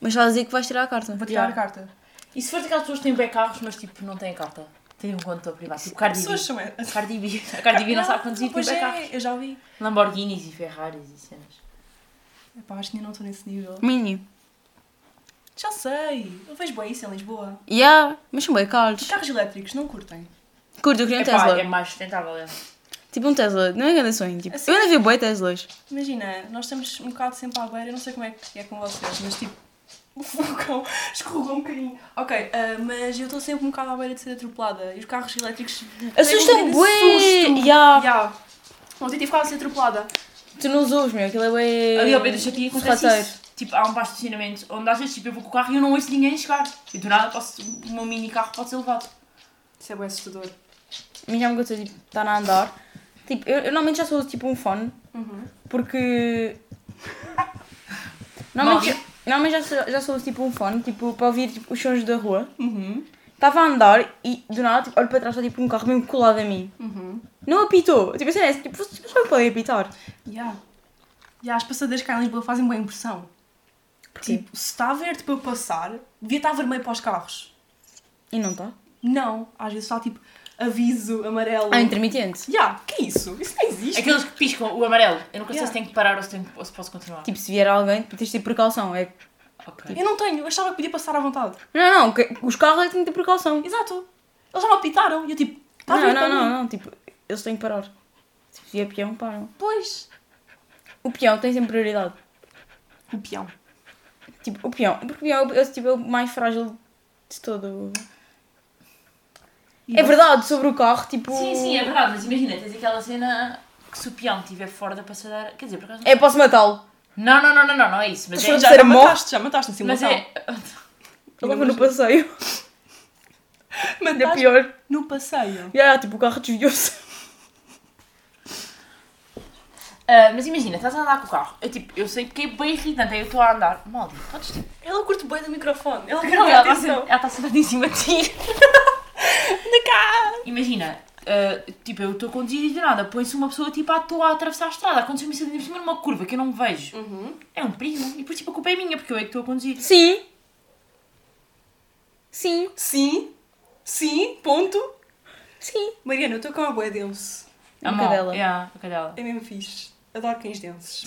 Speaker 1: Mas estás a dizer que vais tirar a carta.
Speaker 3: Vou tirar
Speaker 2: Yeah.
Speaker 3: a carta.
Speaker 2: E se for daquelas pessoas que têm bem carros, mas tipo não têm carta? Têm um condutor privado. Tipo
Speaker 3: As
Speaker 2: Cardi B.
Speaker 3: pessoas são é-
Speaker 2: Cardi B. A Cardi B não sabe conduzir tipo
Speaker 3: Pois
Speaker 2: bem carros.
Speaker 3: é, eu já ouvi.
Speaker 2: Lamborghinis e Ferraris e cenas.
Speaker 3: Epá, acho que ainda não estou nesse nível.
Speaker 1: Mini.
Speaker 3: Já sei. Eu vejo bem isso em Lisboa.
Speaker 1: Yeah, mas são bem caros.
Speaker 3: Carros elétricos não curtem.
Speaker 1: Curto, eu queria um
Speaker 2: Então, Epá,
Speaker 1: Tesla.
Speaker 2: é mais sustentável. É.
Speaker 1: Tipo um Tesla, não é grande sonho. Tipo,
Speaker 3: Assim-
Speaker 1: eu ainda vi boi Teslas.
Speaker 3: Imagina, nós estamos um bocado sempre à beira. Eu não sei como é que é com vocês, mas tipo... <laughs> O vulcão escorregou um bocadinho. Ok, ah, mas eu estou sempre um bocado à beira de ser atropelada. E os carros elétricos...
Speaker 2: um
Speaker 1: Assustam
Speaker 3: bué!
Speaker 1: bué! Yeah.
Speaker 3: Ya. Ontem tive quase a ser atropelada.
Speaker 1: Tu não os ouves, meu, aquilo é bué.
Speaker 2: Ali ao pé do Chatia acontece
Speaker 1: rateiro.
Speaker 2: isso. Tipo, há um baixo estacionamento onde às vezes tipo, eu vou com o carro e eu não ouço ninguém chegar. E do nada posso, o meu mini carro pode ser levado.
Speaker 3: Isso é bem assustador.
Speaker 1: A mim já me aconteceu, tipo, estar a andar. Tipo, eu, eu normalmente já sou tipo um fone.
Speaker 3: Uhum.
Speaker 2: <laughs>
Speaker 1: Porque. Normalmente,
Speaker 2: Bom.
Speaker 1: normalmente já, sou, já sou tipo um fone, tipo, para ouvir tipo, os sons da rua. Estava a andar e do nada tipo, olho para trás, está tipo um carro mesmo colado a mim.
Speaker 3: Uhum.
Speaker 1: Não apitou. Tipo, assim, é, tipo, vocês não podem apitar.
Speaker 3: Ya. Ya, as passadeiras cá em Lisboa fazem boa impressão.
Speaker 1: Porquê?
Speaker 3: Tipo, se está verde para eu passar, devia estar vermelho para os carros.
Speaker 1: E não tá. está?
Speaker 3: Não, às vezes está tipo aviso amarelo.
Speaker 2: é
Speaker 1: Ah, intermitente.
Speaker 3: Ya, que é isso? Isso não existe.
Speaker 2: Aqueles que piscam o amarelo. Eu nunca sei
Speaker 3: Yeah.
Speaker 2: se tenho que parar ou se, tenho, que- ou se posso continuar.
Speaker 1: Tipo, se vier alguém, tens de ter precaução. É...
Speaker 2: Ok.
Speaker 3: Eu não tenho, eu achava que podia passar à vontade.
Speaker 1: Não, não, que- os carros é que têm de ter precaução.
Speaker 3: Exato. Eles já me apitaram e eu tipo,
Speaker 2: Ah,
Speaker 3: está
Speaker 1: não,
Speaker 2: então
Speaker 3: verde
Speaker 1: não,
Speaker 3: para
Speaker 1: não,
Speaker 3: mim.
Speaker 1: não, tipo, eles têm que parar. Tipo, se é peão, param.
Speaker 3: Pois.
Speaker 1: O peão tem sempre prioridade.
Speaker 3: O peão.
Speaker 1: Tipo, o peão, porque o peão é o- é, o- tipo, é o mais frágil de todo.
Speaker 3: E
Speaker 1: É
Speaker 3: você-
Speaker 1: verdade, sobre o carro, tipo.
Speaker 2: Sim, sim, é verdade, mas imagina, tens aquela cena que se o peão estiver fora da passadeira. Quer dizer, por acaso. não-
Speaker 1: É, posso matá-lo.
Speaker 2: Não, não, não, não, não, não é isso. Mas
Speaker 1: Mas
Speaker 2: é.
Speaker 1: foi-
Speaker 3: Já, já
Speaker 1: Será morre?
Speaker 3: mataste, já mataste na
Speaker 2: Mas
Speaker 3: simulação.
Speaker 2: é.
Speaker 1: Ele estava no passeio. <laughs> Ainda
Speaker 3: Mataste
Speaker 1: pior.
Speaker 3: no passeio.
Speaker 1: E aí, tipo, o carro desviou-se.
Speaker 2: Ah, mas imagina, estás a andar com o carro. Eu tipo, eu sei que é bem irritante, aí eu estou a andar. Maldito, podes tipo.
Speaker 3: Ela curte bem do microfone. Ela
Speaker 2: Não, é ela está sen- ela está sentada em cima
Speaker 1: <laughs>
Speaker 2: de ti.
Speaker 3: Anda cá.
Speaker 2: Imagina, ah, tipo, eu estou a conduzir e de nada põe-se uma pessoa tipo à toa a atravessar a estrada. Aconteceu-me isso ali por cima numa curva que eu não me vejo.
Speaker 3: Uhum.
Speaker 2: É um perigo. E depois tipo, a culpa é minha, porque eu é que estou a conduzir.
Speaker 1: Sim. Sim.
Speaker 3: Sim. Sim, ponto.
Speaker 1: Sim.
Speaker 3: Mariana, eu estou com uma boia denso.
Speaker 1: A
Speaker 2: mão,
Speaker 1: cadela.
Speaker 2: yeah, a cadela.
Speaker 3: É mesmo fixe. Adoro
Speaker 1: <laughs>
Speaker 3: cães densos.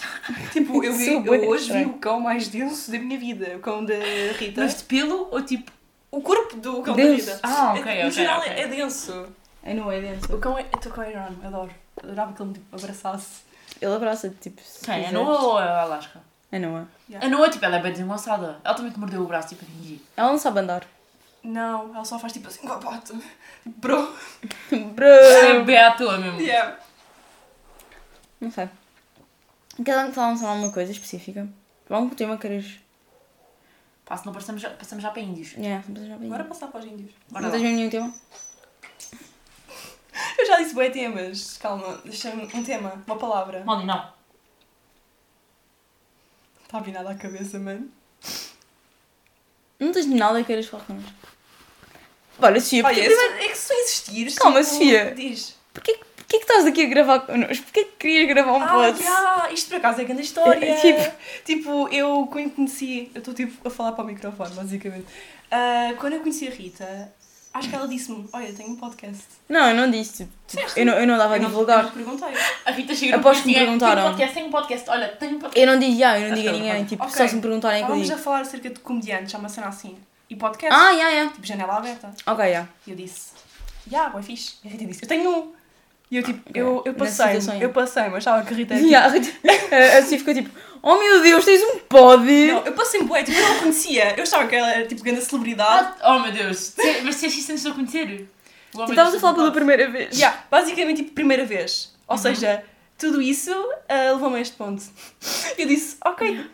Speaker 3: tipo, eu, vi,
Speaker 1: Sou bué
Speaker 3: eu hoje vi
Speaker 1: estranho.
Speaker 3: o cão mais denso da minha vida. O cão da Rita.
Speaker 2: Mas de pelo ou tipo.
Speaker 3: O corpo do cão
Speaker 1: Denso.
Speaker 3: da Rita.
Speaker 2: Ah, ok,
Speaker 3: É-
Speaker 2: ok,
Speaker 3: No geral
Speaker 2: ok.
Speaker 3: é é denso.
Speaker 1: É, não é
Speaker 3: O
Speaker 1: dentro.
Speaker 3: cão é... O teu cão é enorme. Adoro. Adorava que ele me tipo, abraçasse.
Speaker 1: Ele abraça-te, tipo. se
Speaker 2: Quem? A
Speaker 1: quiseres.
Speaker 2: Noa ou a Alaska?
Speaker 1: É, não é.
Speaker 2: A Noa, tipo, ela é bem desengonçada. Ela também te mordeu o braço, tipo, a
Speaker 1: <laughs>
Speaker 2: fingir.
Speaker 1: Ela não sabe andar.
Speaker 3: Não, ela só faz tipo assim com a pata. Tipo, Bro.
Speaker 2: É
Speaker 1: Bro.
Speaker 2: bem à toa mesmo.
Speaker 3: Yeah.
Speaker 1: Não sei. Querem falar sobre alguma coisa específica? Vamos com o tema que queres.
Speaker 2: Pá, se não passamos já, passamos já para índios.
Speaker 1: É, não já bem.
Speaker 3: Bora passar para os índios.
Speaker 2: Bora
Speaker 1: Não
Speaker 2: lá.
Speaker 1: tens mesmo nenhum tema?
Speaker 3: Eu já disse boi temas. Calma, deixa-me um tema, uma palavra. Não
Speaker 2: Maldi, não.
Speaker 3: está Tá a vir nada à cabeça, mano.
Speaker 1: Não tens nada que queiras falar connosco. Olha, Sofia,
Speaker 3: Olha,
Speaker 1: porquê,
Speaker 3: se- é que se tu existires.
Speaker 1: Calma,
Speaker 3: tipo,
Speaker 1: Sofia.
Speaker 3: Diz.
Speaker 1: porquê, porquê que estás aqui a gravar connosco? Porquê que querias gravar um
Speaker 3: Ah,
Speaker 1: podcast?
Speaker 3: já, isto por acaso é grande história.
Speaker 1: É, tipo-
Speaker 3: tipo... eu quando conheci. Eu estou tipo a falar para o microfone, basicamente. Ah, quando eu conheci a Rita, acho que ela disse-me: Olha, tenho um podcast.
Speaker 1: Não, eu não disse. tipo,
Speaker 3: Disseste?
Speaker 1: Eu não, eu não dava a
Speaker 3: Eu não-
Speaker 1: divulgar.
Speaker 3: Eu não te perguntei.
Speaker 2: A Rita chegou
Speaker 1: Aposto que me
Speaker 2: Tem
Speaker 1: perguntaram.
Speaker 2: um podcast, tem um podcast. Olha, tem um podcast.
Speaker 1: Eu não digo já, eu não
Speaker 2: Ah,
Speaker 1: digo a
Speaker 2: tá,
Speaker 1: ninguém.
Speaker 2: tá.
Speaker 1: Tipo,
Speaker 3: Ok.
Speaker 1: só se me perguntarem é que eu
Speaker 3: Estávamos a
Speaker 1: digo.
Speaker 3: falar acerca de comediantes, há uma cena assim. E podcast,
Speaker 1: Ah, já, já.
Speaker 3: tipo janela aberta.
Speaker 1: Ok, já.
Speaker 3: E eu disse, já, yeah, boy, fixe. E a Rita disse, eu tenho um. E eu tipo, eu, eu
Speaker 1: Nessa
Speaker 3: passei,
Speaker 1: situação, é.
Speaker 3: eu passei, mas estava que a Rita era, tipo,
Speaker 1: Já, a Sofia ficou tipo, oh meu Deus, tens um pod.
Speaker 3: Não, eu passei bué, tipo, eu não a conhecia. Eu achava que ela era tipo grande celebridade.
Speaker 2: Ah, oh meu Deus. Te- Mas se isso antes de eu conhecer? O homem
Speaker 1: Tu estavas a
Speaker 2: dos
Speaker 1: falar pela
Speaker 2: resultados.
Speaker 1: primeira vez.
Speaker 3: Yeah, basicamente, tipo, primeira vez. Ou
Speaker 2: Uhum.
Speaker 3: seja, tudo isso ah, levou-me a este ponto. <laughs> Eu disse,
Speaker 2: Uhum.
Speaker 3: ok.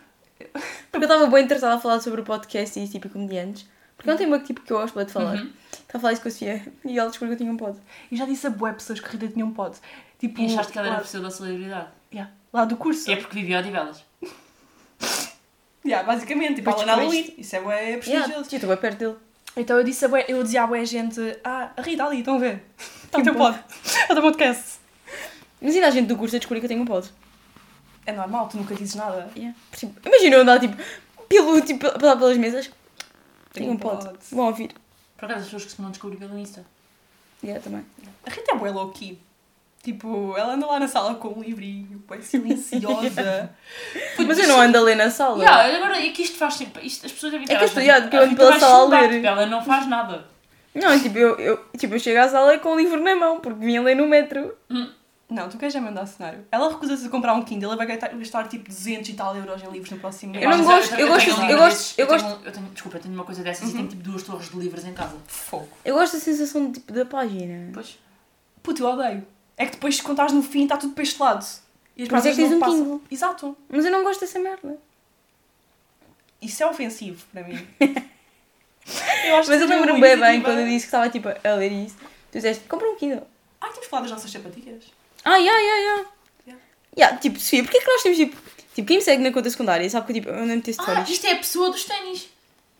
Speaker 1: Porque eu estava bem interessada a falar sobre o podcast e tipo comediantes. Porque é um tema que, tipo, que eu gosto bué de falar. Estava a falar isso com a Sofia e ela descobriu que eu tinha um pod.
Speaker 3: E já disse a bué pessoas que a Rita tinha um pod. Tipo,
Speaker 2: E achaste que ela era a
Speaker 3: lá,
Speaker 2: pessoa da celebridade.
Speaker 3: yeah, lá do curso.
Speaker 2: É porque vivia a Odivelas.
Speaker 3: Yeah, basicamente, tipo,
Speaker 1: Mas
Speaker 3: ela na
Speaker 1: descobriste.
Speaker 3: Luí. Isso é bué
Speaker 1: Yeah,
Speaker 3: prestigioso.
Speaker 1: eu estou bem perto dele.
Speaker 3: Então eu disse a bué, eu dizia a bué gente, ah, a Rita ali, estão
Speaker 2: <laughs>
Speaker 3: a ver? Está
Speaker 1: Tem
Speaker 3: o teu
Speaker 2: Tá
Speaker 1: um
Speaker 3: pod. <laughs> É o teu podcast.
Speaker 1: Mas ainda a gente do curso a descobrir que eu tenho um pod.
Speaker 3: É normal, tu nunca dizes nada.
Speaker 1: Yeah. Tipo, imagina eu andar tipo, pelo, tipo, a passar pelas mesas. Tenho um pod.
Speaker 3: pod.
Speaker 1: Vão ouvir.
Speaker 2: Por acaso as pessoas que se não descobriram pelo Insta.
Speaker 1: Yeah, também.
Speaker 3: A Rita é bué low-key. Tipo, ela anda lá na sala com um livrinho,
Speaker 2: <laughs>
Speaker 3: bué silenciosa.
Speaker 1: Mas eu não ando ali na sala.
Speaker 2: Yeah, agora é que isto faz sempre. Isto, as pessoas devem
Speaker 1: É que
Speaker 2: ter-
Speaker 1: isto, yeah, que eu
Speaker 2: A
Speaker 1: ando
Speaker 2: Rita
Speaker 1: pela
Speaker 2: vai
Speaker 1: sala a
Speaker 2: chumbar,
Speaker 1: ler.
Speaker 2: tipo, Ela não faz nada.
Speaker 1: Não, tipo, eu, eu, tipo, eu chego à sala com o livro na mão, porque vim ler no metro.
Speaker 3: não, tu queres já mandar cenário. Ela recusa-se a comprar um Kindle, ela vai gastar, gastar, tipo 200 e tal euros em livros no próximo mês.
Speaker 1: Eu não
Speaker 2: Mas
Speaker 1: gosto- eu gosto-
Speaker 2: tenho um
Speaker 1: eu
Speaker 2: livro
Speaker 1: gosto-
Speaker 2: desses,
Speaker 1: eu
Speaker 2: tenho um- eu tenho- Desculpa, eu tenho uma coisa dessas e tenho tipo duas torres de livros em casa.
Speaker 3: Fogo.
Speaker 1: Eu gosto da sensação tipo, da página.
Speaker 2: Pois.
Speaker 3: Puto, eu odeio. É que depois, se contares no fim, está tudo pestelado. E as
Speaker 1: Por isso é que
Speaker 3: páginas
Speaker 1: tens
Speaker 3: não
Speaker 1: um
Speaker 3: passam.
Speaker 1: Kindle.
Speaker 3: Exato.
Speaker 1: Mas eu não gosto dessa merda.
Speaker 3: Isso é ofensivo para
Speaker 1: <laughs>
Speaker 3: mim. eu acho é
Speaker 1: Mas eu
Speaker 3: seria uma
Speaker 1: lembro-me bem, bem
Speaker 3: iniciativa-
Speaker 1: quando eu disse que estava tipo, a ler isso. Tu disseste, compra um Kindle.
Speaker 3: Ah, temos falado das nossas sapatilhas.
Speaker 1: Ah, já, já, já.
Speaker 3: Yeah.
Speaker 1: Já, tipo, Sofia, porquê que nós temos tipo. Tipo, quem me segue na conta secundária sabe que eu, tipo, eu não meto
Speaker 2: Ah,
Speaker 1: histórias.
Speaker 2: isto é a pessoa dos ténis.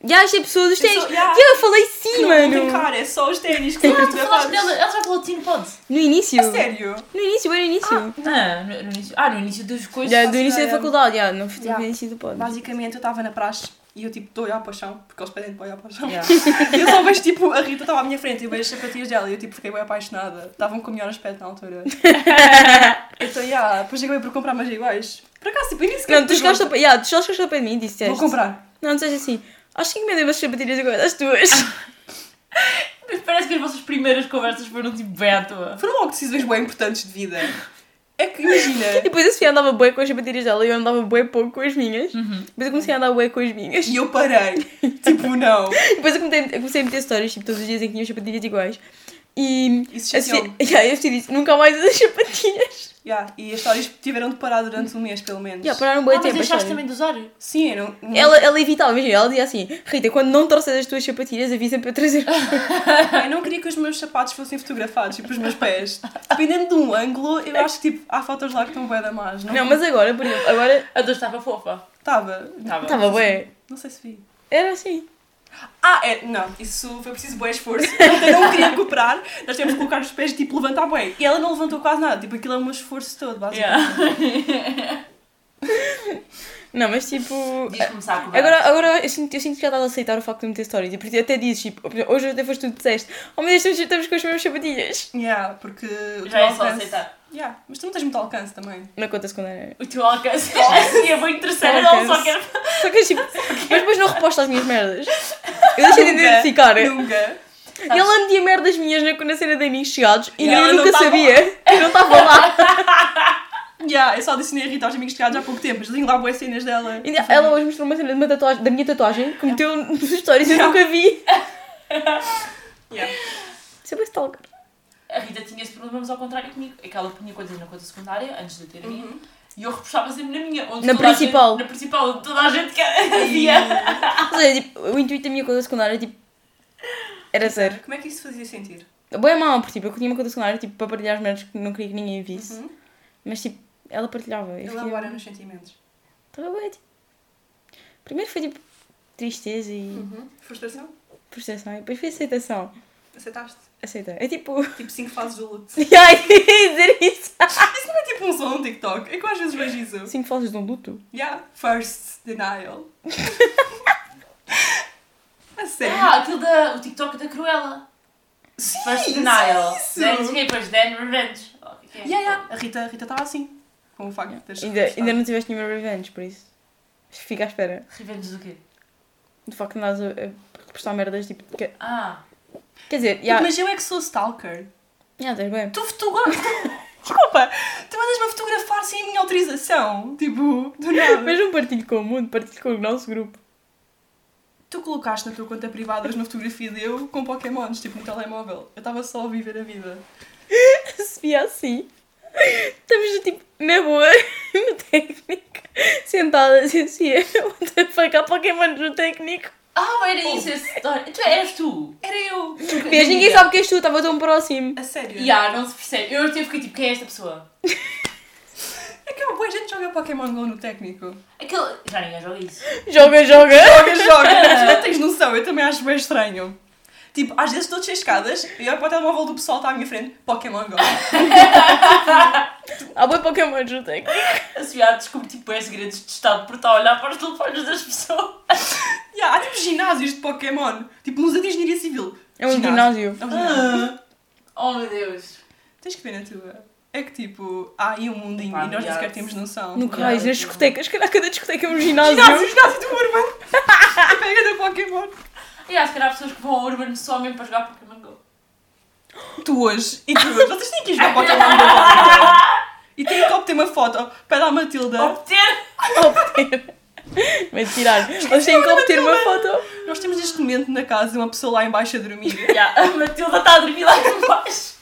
Speaker 1: Já, isto é pessoas, os
Speaker 3: Eu sou-
Speaker 1: ténis.
Speaker 3: já.
Speaker 1: Já, eu falei sim,
Speaker 3: Que não vou
Speaker 1: mano.
Speaker 3: brincar, é só
Speaker 1: <laughs>
Speaker 3: os ténis que são
Speaker 2: Ah, tu falaste
Speaker 3: gravados.
Speaker 2: dela, ela já falou de Teen Pod.
Speaker 1: No início.
Speaker 3: A sério?
Speaker 1: No início, bem no início.
Speaker 2: Ah, no, no início. Ah, no início dos coisas.
Speaker 1: Já, do
Speaker 3: faço
Speaker 1: início da
Speaker 3: ideia.
Speaker 1: faculdade, já. Não fui
Speaker 3: Já.
Speaker 1: no início do pod.
Speaker 3: Basicamente, eu estava na praxe e eu tipo dou a paixão, porque eles pedem para olhar para o chão.
Speaker 2: Yeah.
Speaker 3: <laughs> E eu só vejo tipo, a Rita estava à minha frente, eu vejo as sapatilhas dela e eu tipo fiquei bem apaixonada. Estavam com o melhor aspecto na
Speaker 1: <laughs>
Speaker 3: altura. então, yeah, depois acabei por comprar mais iguais. Por acaso, tipo, eu nem sequer
Speaker 1: Não, tu chegaste ao pé- já, tu chegaste ao pé de mim e disseste.
Speaker 3: Vou comprar.
Speaker 1: Não, não seja assim. Acho que encomendei umas sapatilhas agora, as tuas.
Speaker 3: <laughs>
Speaker 2: Mas parece que as vossas primeiras conversas foram tipo bem à toa.
Speaker 3: Foram logo decisões bem importantes de vida. É que imagina.
Speaker 1: E depois a Sofia andava bué com as sapatilhas dela e eu andava bué pouco com as minhas. Depois eu comecei a andar bué com as <laughs> minhas.
Speaker 3: E eu parei. Tipo, não.
Speaker 1: E depois eu comecei, eu comecei a meter histórias, tipo, todos os dias em que tinha sapatilhas iguais. E
Speaker 3: Isso
Speaker 1: a
Speaker 3: chateou-me.
Speaker 1: Sofia, <laughs> yeah, a Sofia disse, nunca mais usas <laughs> sapatilhas.
Speaker 3: Yeah, e as histórias tiveram de parar durante um mês, pelo menos.
Speaker 1: Já, pararam
Speaker 2: Ah,
Speaker 1: bué
Speaker 2: mas
Speaker 1: tempo. é a
Speaker 2: deixaste
Speaker 1: história.
Speaker 2: também de usar?
Speaker 3: Sim, eu não. não-
Speaker 1: Ela, ela evitava, imagina, ela dizia assim, Rita, quando não trouxeres as tuas sapatilhas, avisa para eu <laughs> trazer.
Speaker 3: Eu não queria que os meus sapatos fossem fotografados, tipo os meus pés. Dependendo de um ângulo, eu acho que tipo, há fotos lá que estão bué da más. Não,
Speaker 1: Não, mas agora, por exemplo, agora
Speaker 2: A tua estava fofa.
Speaker 3: Estava.
Speaker 2: Estava.
Speaker 1: estava bué.
Speaker 3: Não sei se vi.
Speaker 1: Era assim.
Speaker 3: Ah, é, não, isso foi preciso bué esforço. <laughs> Então eu não queria cooperar, nós temos que colocar os pés e tipo levantar bué. E ela não levantou quase nada, tipo aquilo é um esforço todo, basicamente.
Speaker 2: Yeah.
Speaker 1: Não, mas tipo...
Speaker 2: Dias começar a conversa.
Speaker 1: Agora, agora eu, sinto, eu sinto que já estás a aceitar o facto de não ter stories. E por isso até dizes, tipo, por exemplo, hoje até foste tu que disseste, oh meu Deus, estamos, estamos com as mesmas sapatilhas.
Speaker 3: Yeah, porque. o
Speaker 2: Já
Speaker 3: teu
Speaker 2: é só
Speaker 3: alcance-
Speaker 2: aceitar.
Speaker 3: Yeah, mas tu não tens muito alcance também.
Speaker 1: Na conta secundária.
Speaker 2: O teu <laughs> alcance. Assim é bem interessante. Ela só quer.
Speaker 1: Só que
Speaker 3: <laughs>
Speaker 1: tipo, mas depois não reposta as minhas merdas. Eu deixei de
Speaker 3: Nunca,
Speaker 1: identificar.
Speaker 3: é.
Speaker 1: E
Speaker 3: Nunca.
Speaker 1: ela metia merdas minhas na, na cena de amigos chegados e
Speaker 3: Yeah,
Speaker 1: eu
Speaker 3: eu não
Speaker 1: nunca
Speaker 3: tava <laughs>
Speaker 1: sabia. Eu não estava lá.
Speaker 3: Yeah, eu só adicionei a Rita aos amigos chegados há pouco tempo, mas tenho lá boas cenas dela.
Speaker 1: E Ela hoje mostrou uma cena de uma tatuagem, da minha tatuagem que meteu nos stories e eu nunca
Speaker 3: <laughs>
Speaker 1: vi.
Speaker 3: Yeah.
Speaker 1: Isso é bem stalker.
Speaker 2: A Rita tinha esse problema, mas ao contrário comigo. É que ela punha coisas na conta secundária, antes de eu ter a
Speaker 3: Uhum.
Speaker 2: minha. E eu repuxava sempre na minha. Onde
Speaker 1: Na
Speaker 2: toda a gente-
Speaker 1: principal.
Speaker 2: na principal, onde toda a gente quer. via.
Speaker 1: Ou seja, tipo, o intuito da minha conta secundária tipo, era zero.
Speaker 3: Como é que isso fazia sentir?
Speaker 1: Boa mal, porque tipo, eu tinha uma conta secundária tipo, para partilhar as merdas que não queria que ninguém visse.
Speaker 3: Uhum.
Speaker 1: Mas tipo, ela partilhava. Eu fiquei-
Speaker 3: Elabora nos sentimentos.
Speaker 1: Estava bem, tipo. Primeiro foi tipo tristeza e
Speaker 3: Uhum. Frustração?
Speaker 1: frustração, e é? depois foi aceitação.
Speaker 3: Aceitaste?
Speaker 1: Aceita. É tipo. <laughs>
Speaker 3: Tipo, cinco fases do luto.
Speaker 1: Ai, <laughs> dizer isso.
Speaker 3: Isso não é tipo um som no TikTok. É que eu às vezes vejo isso.
Speaker 1: Cinco fases de um luto.
Speaker 3: Yeah. First denial. <laughs> A sério.
Speaker 2: Ah, aquilo da. O TikTok da Cruella.
Speaker 3: Sim,
Speaker 2: First denial.
Speaker 3: isso.
Speaker 2: Then escapers, then revenge. Oh, o que é que é?
Speaker 3: Yeah, yeah. A Rita a Rita estava assim. Com o facto de teres
Speaker 1: Ainda,
Speaker 3: gostado.
Speaker 1: ainda não tiveste nenhuma revenge, por isso. Fica à espera.
Speaker 2: Revenge do quê?
Speaker 1: De facto, andas a, a repostar merdas tipo. que-
Speaker 2: Ah.
Speaker 1: quer dizer, já.
Speaker 3: Tipo,
Speaker 1: Yeah,
Speaker 3: Mas eu é que sou stalker.
Speaker 1: yeah, estás bem.
Speaker 3: Tu fotografas. <laughs> Desculpa. Tu mandas-me a fotografar sem a minha autorização. Tipo, do nada.
Speaker 1: Mas não partilho com o mundo, partilho com o nosso grupo. <laughs>
Speaker 3: Tu colocaste na tua conta privada uma fotografia de eu com pokémons, tipo no telemóvel. Eu estava só a viver a vida.
Speaker 1: Se via assim. Estamos tipo, na boa, <laughs> no técnico. Sentadas e assim, <laughs> what the fuck, há Pokémon no técnico.
Speaker 2: Ah, era isso, essa história. Tu eras tu.
Speaker 3: Era
Speaker 1: <laughs>
Speaker 3: eu!
Speaker 1: Mas ninguém sabe que és tu, estava tão próximo.
Speaker 3: A sério?
Speaker 2: Yeah, não se percebe. Eu até fiquei tipo, quem é esta pessoa?
Speaker 3: É que há boa gente que joga Pokémon GO no técnico.
Speaker 2: Aquele. Já ninguém joga isso.
Speaker 1: Joga, joga.
Speaker 3: <laughs> Joga, joga! Mas <laughs> não tens noção, eu também acho bem estranho. Tipo, às vezes estou de escadas e olho para o telemóvel do pessoal que está à minha frente, Pokémon <laughs> GO.
Speaker 1: Há boi Pokémon no técnico.
Speaker 2: A Sofia descobre tipo é segredos de Estado por estar a olhar para os telefones das pessoas.
Speaker 3: Yeah, há tipo ginásios de Pokémon. Tipo, museu de engenharia civil.
Speaker 1: É um ginásio.
Speaker 3: É um ginásio.
Speaker 1: Ah.
Speaker 2: Oh meu Deus.
Speaker 3: Tens que ver na tua. É que tipo, há aí um mundinho
Speaker 2: Pá,
Speaker 3: e nós nem
Speaker 2: yeah.
Speaker 3: sequer temos noção.
Speaker 1: No
Speaker 2: Yeah,
Speaker 1: cais, nas
Speaker 2: tipo-
Speaker 1: discotecas. Calhar cada discoteca é um <laughs>
Speaker 3: Ginásio,
Speaker 1: ginásio.
Speaker 3: ginásio do <laughs> Urban! E Pega da Pokémon!
Speaker 2: E há se calhar pessoas que vão ao Urban só mesmo para jogar Pokémon Go.
Speaker 3: Tu hoje e tu hoje. Vocês têm que ir jogar Pokémon Go. <laughs> agora. E têm que obter uma foto. Pede à
Speaker 1: Ah.
Speaker 3: Matilda.
Speaker 2: Obter!
Speaker 1: Obter. Mas tirar. Eles têm que obter uma foto.
Speaker 3: Nós temos neste momento na casa uma pessoa lá em baixo a dormir.
Speaker 2: Yeah, a Matilda está a dormir lá embaixo.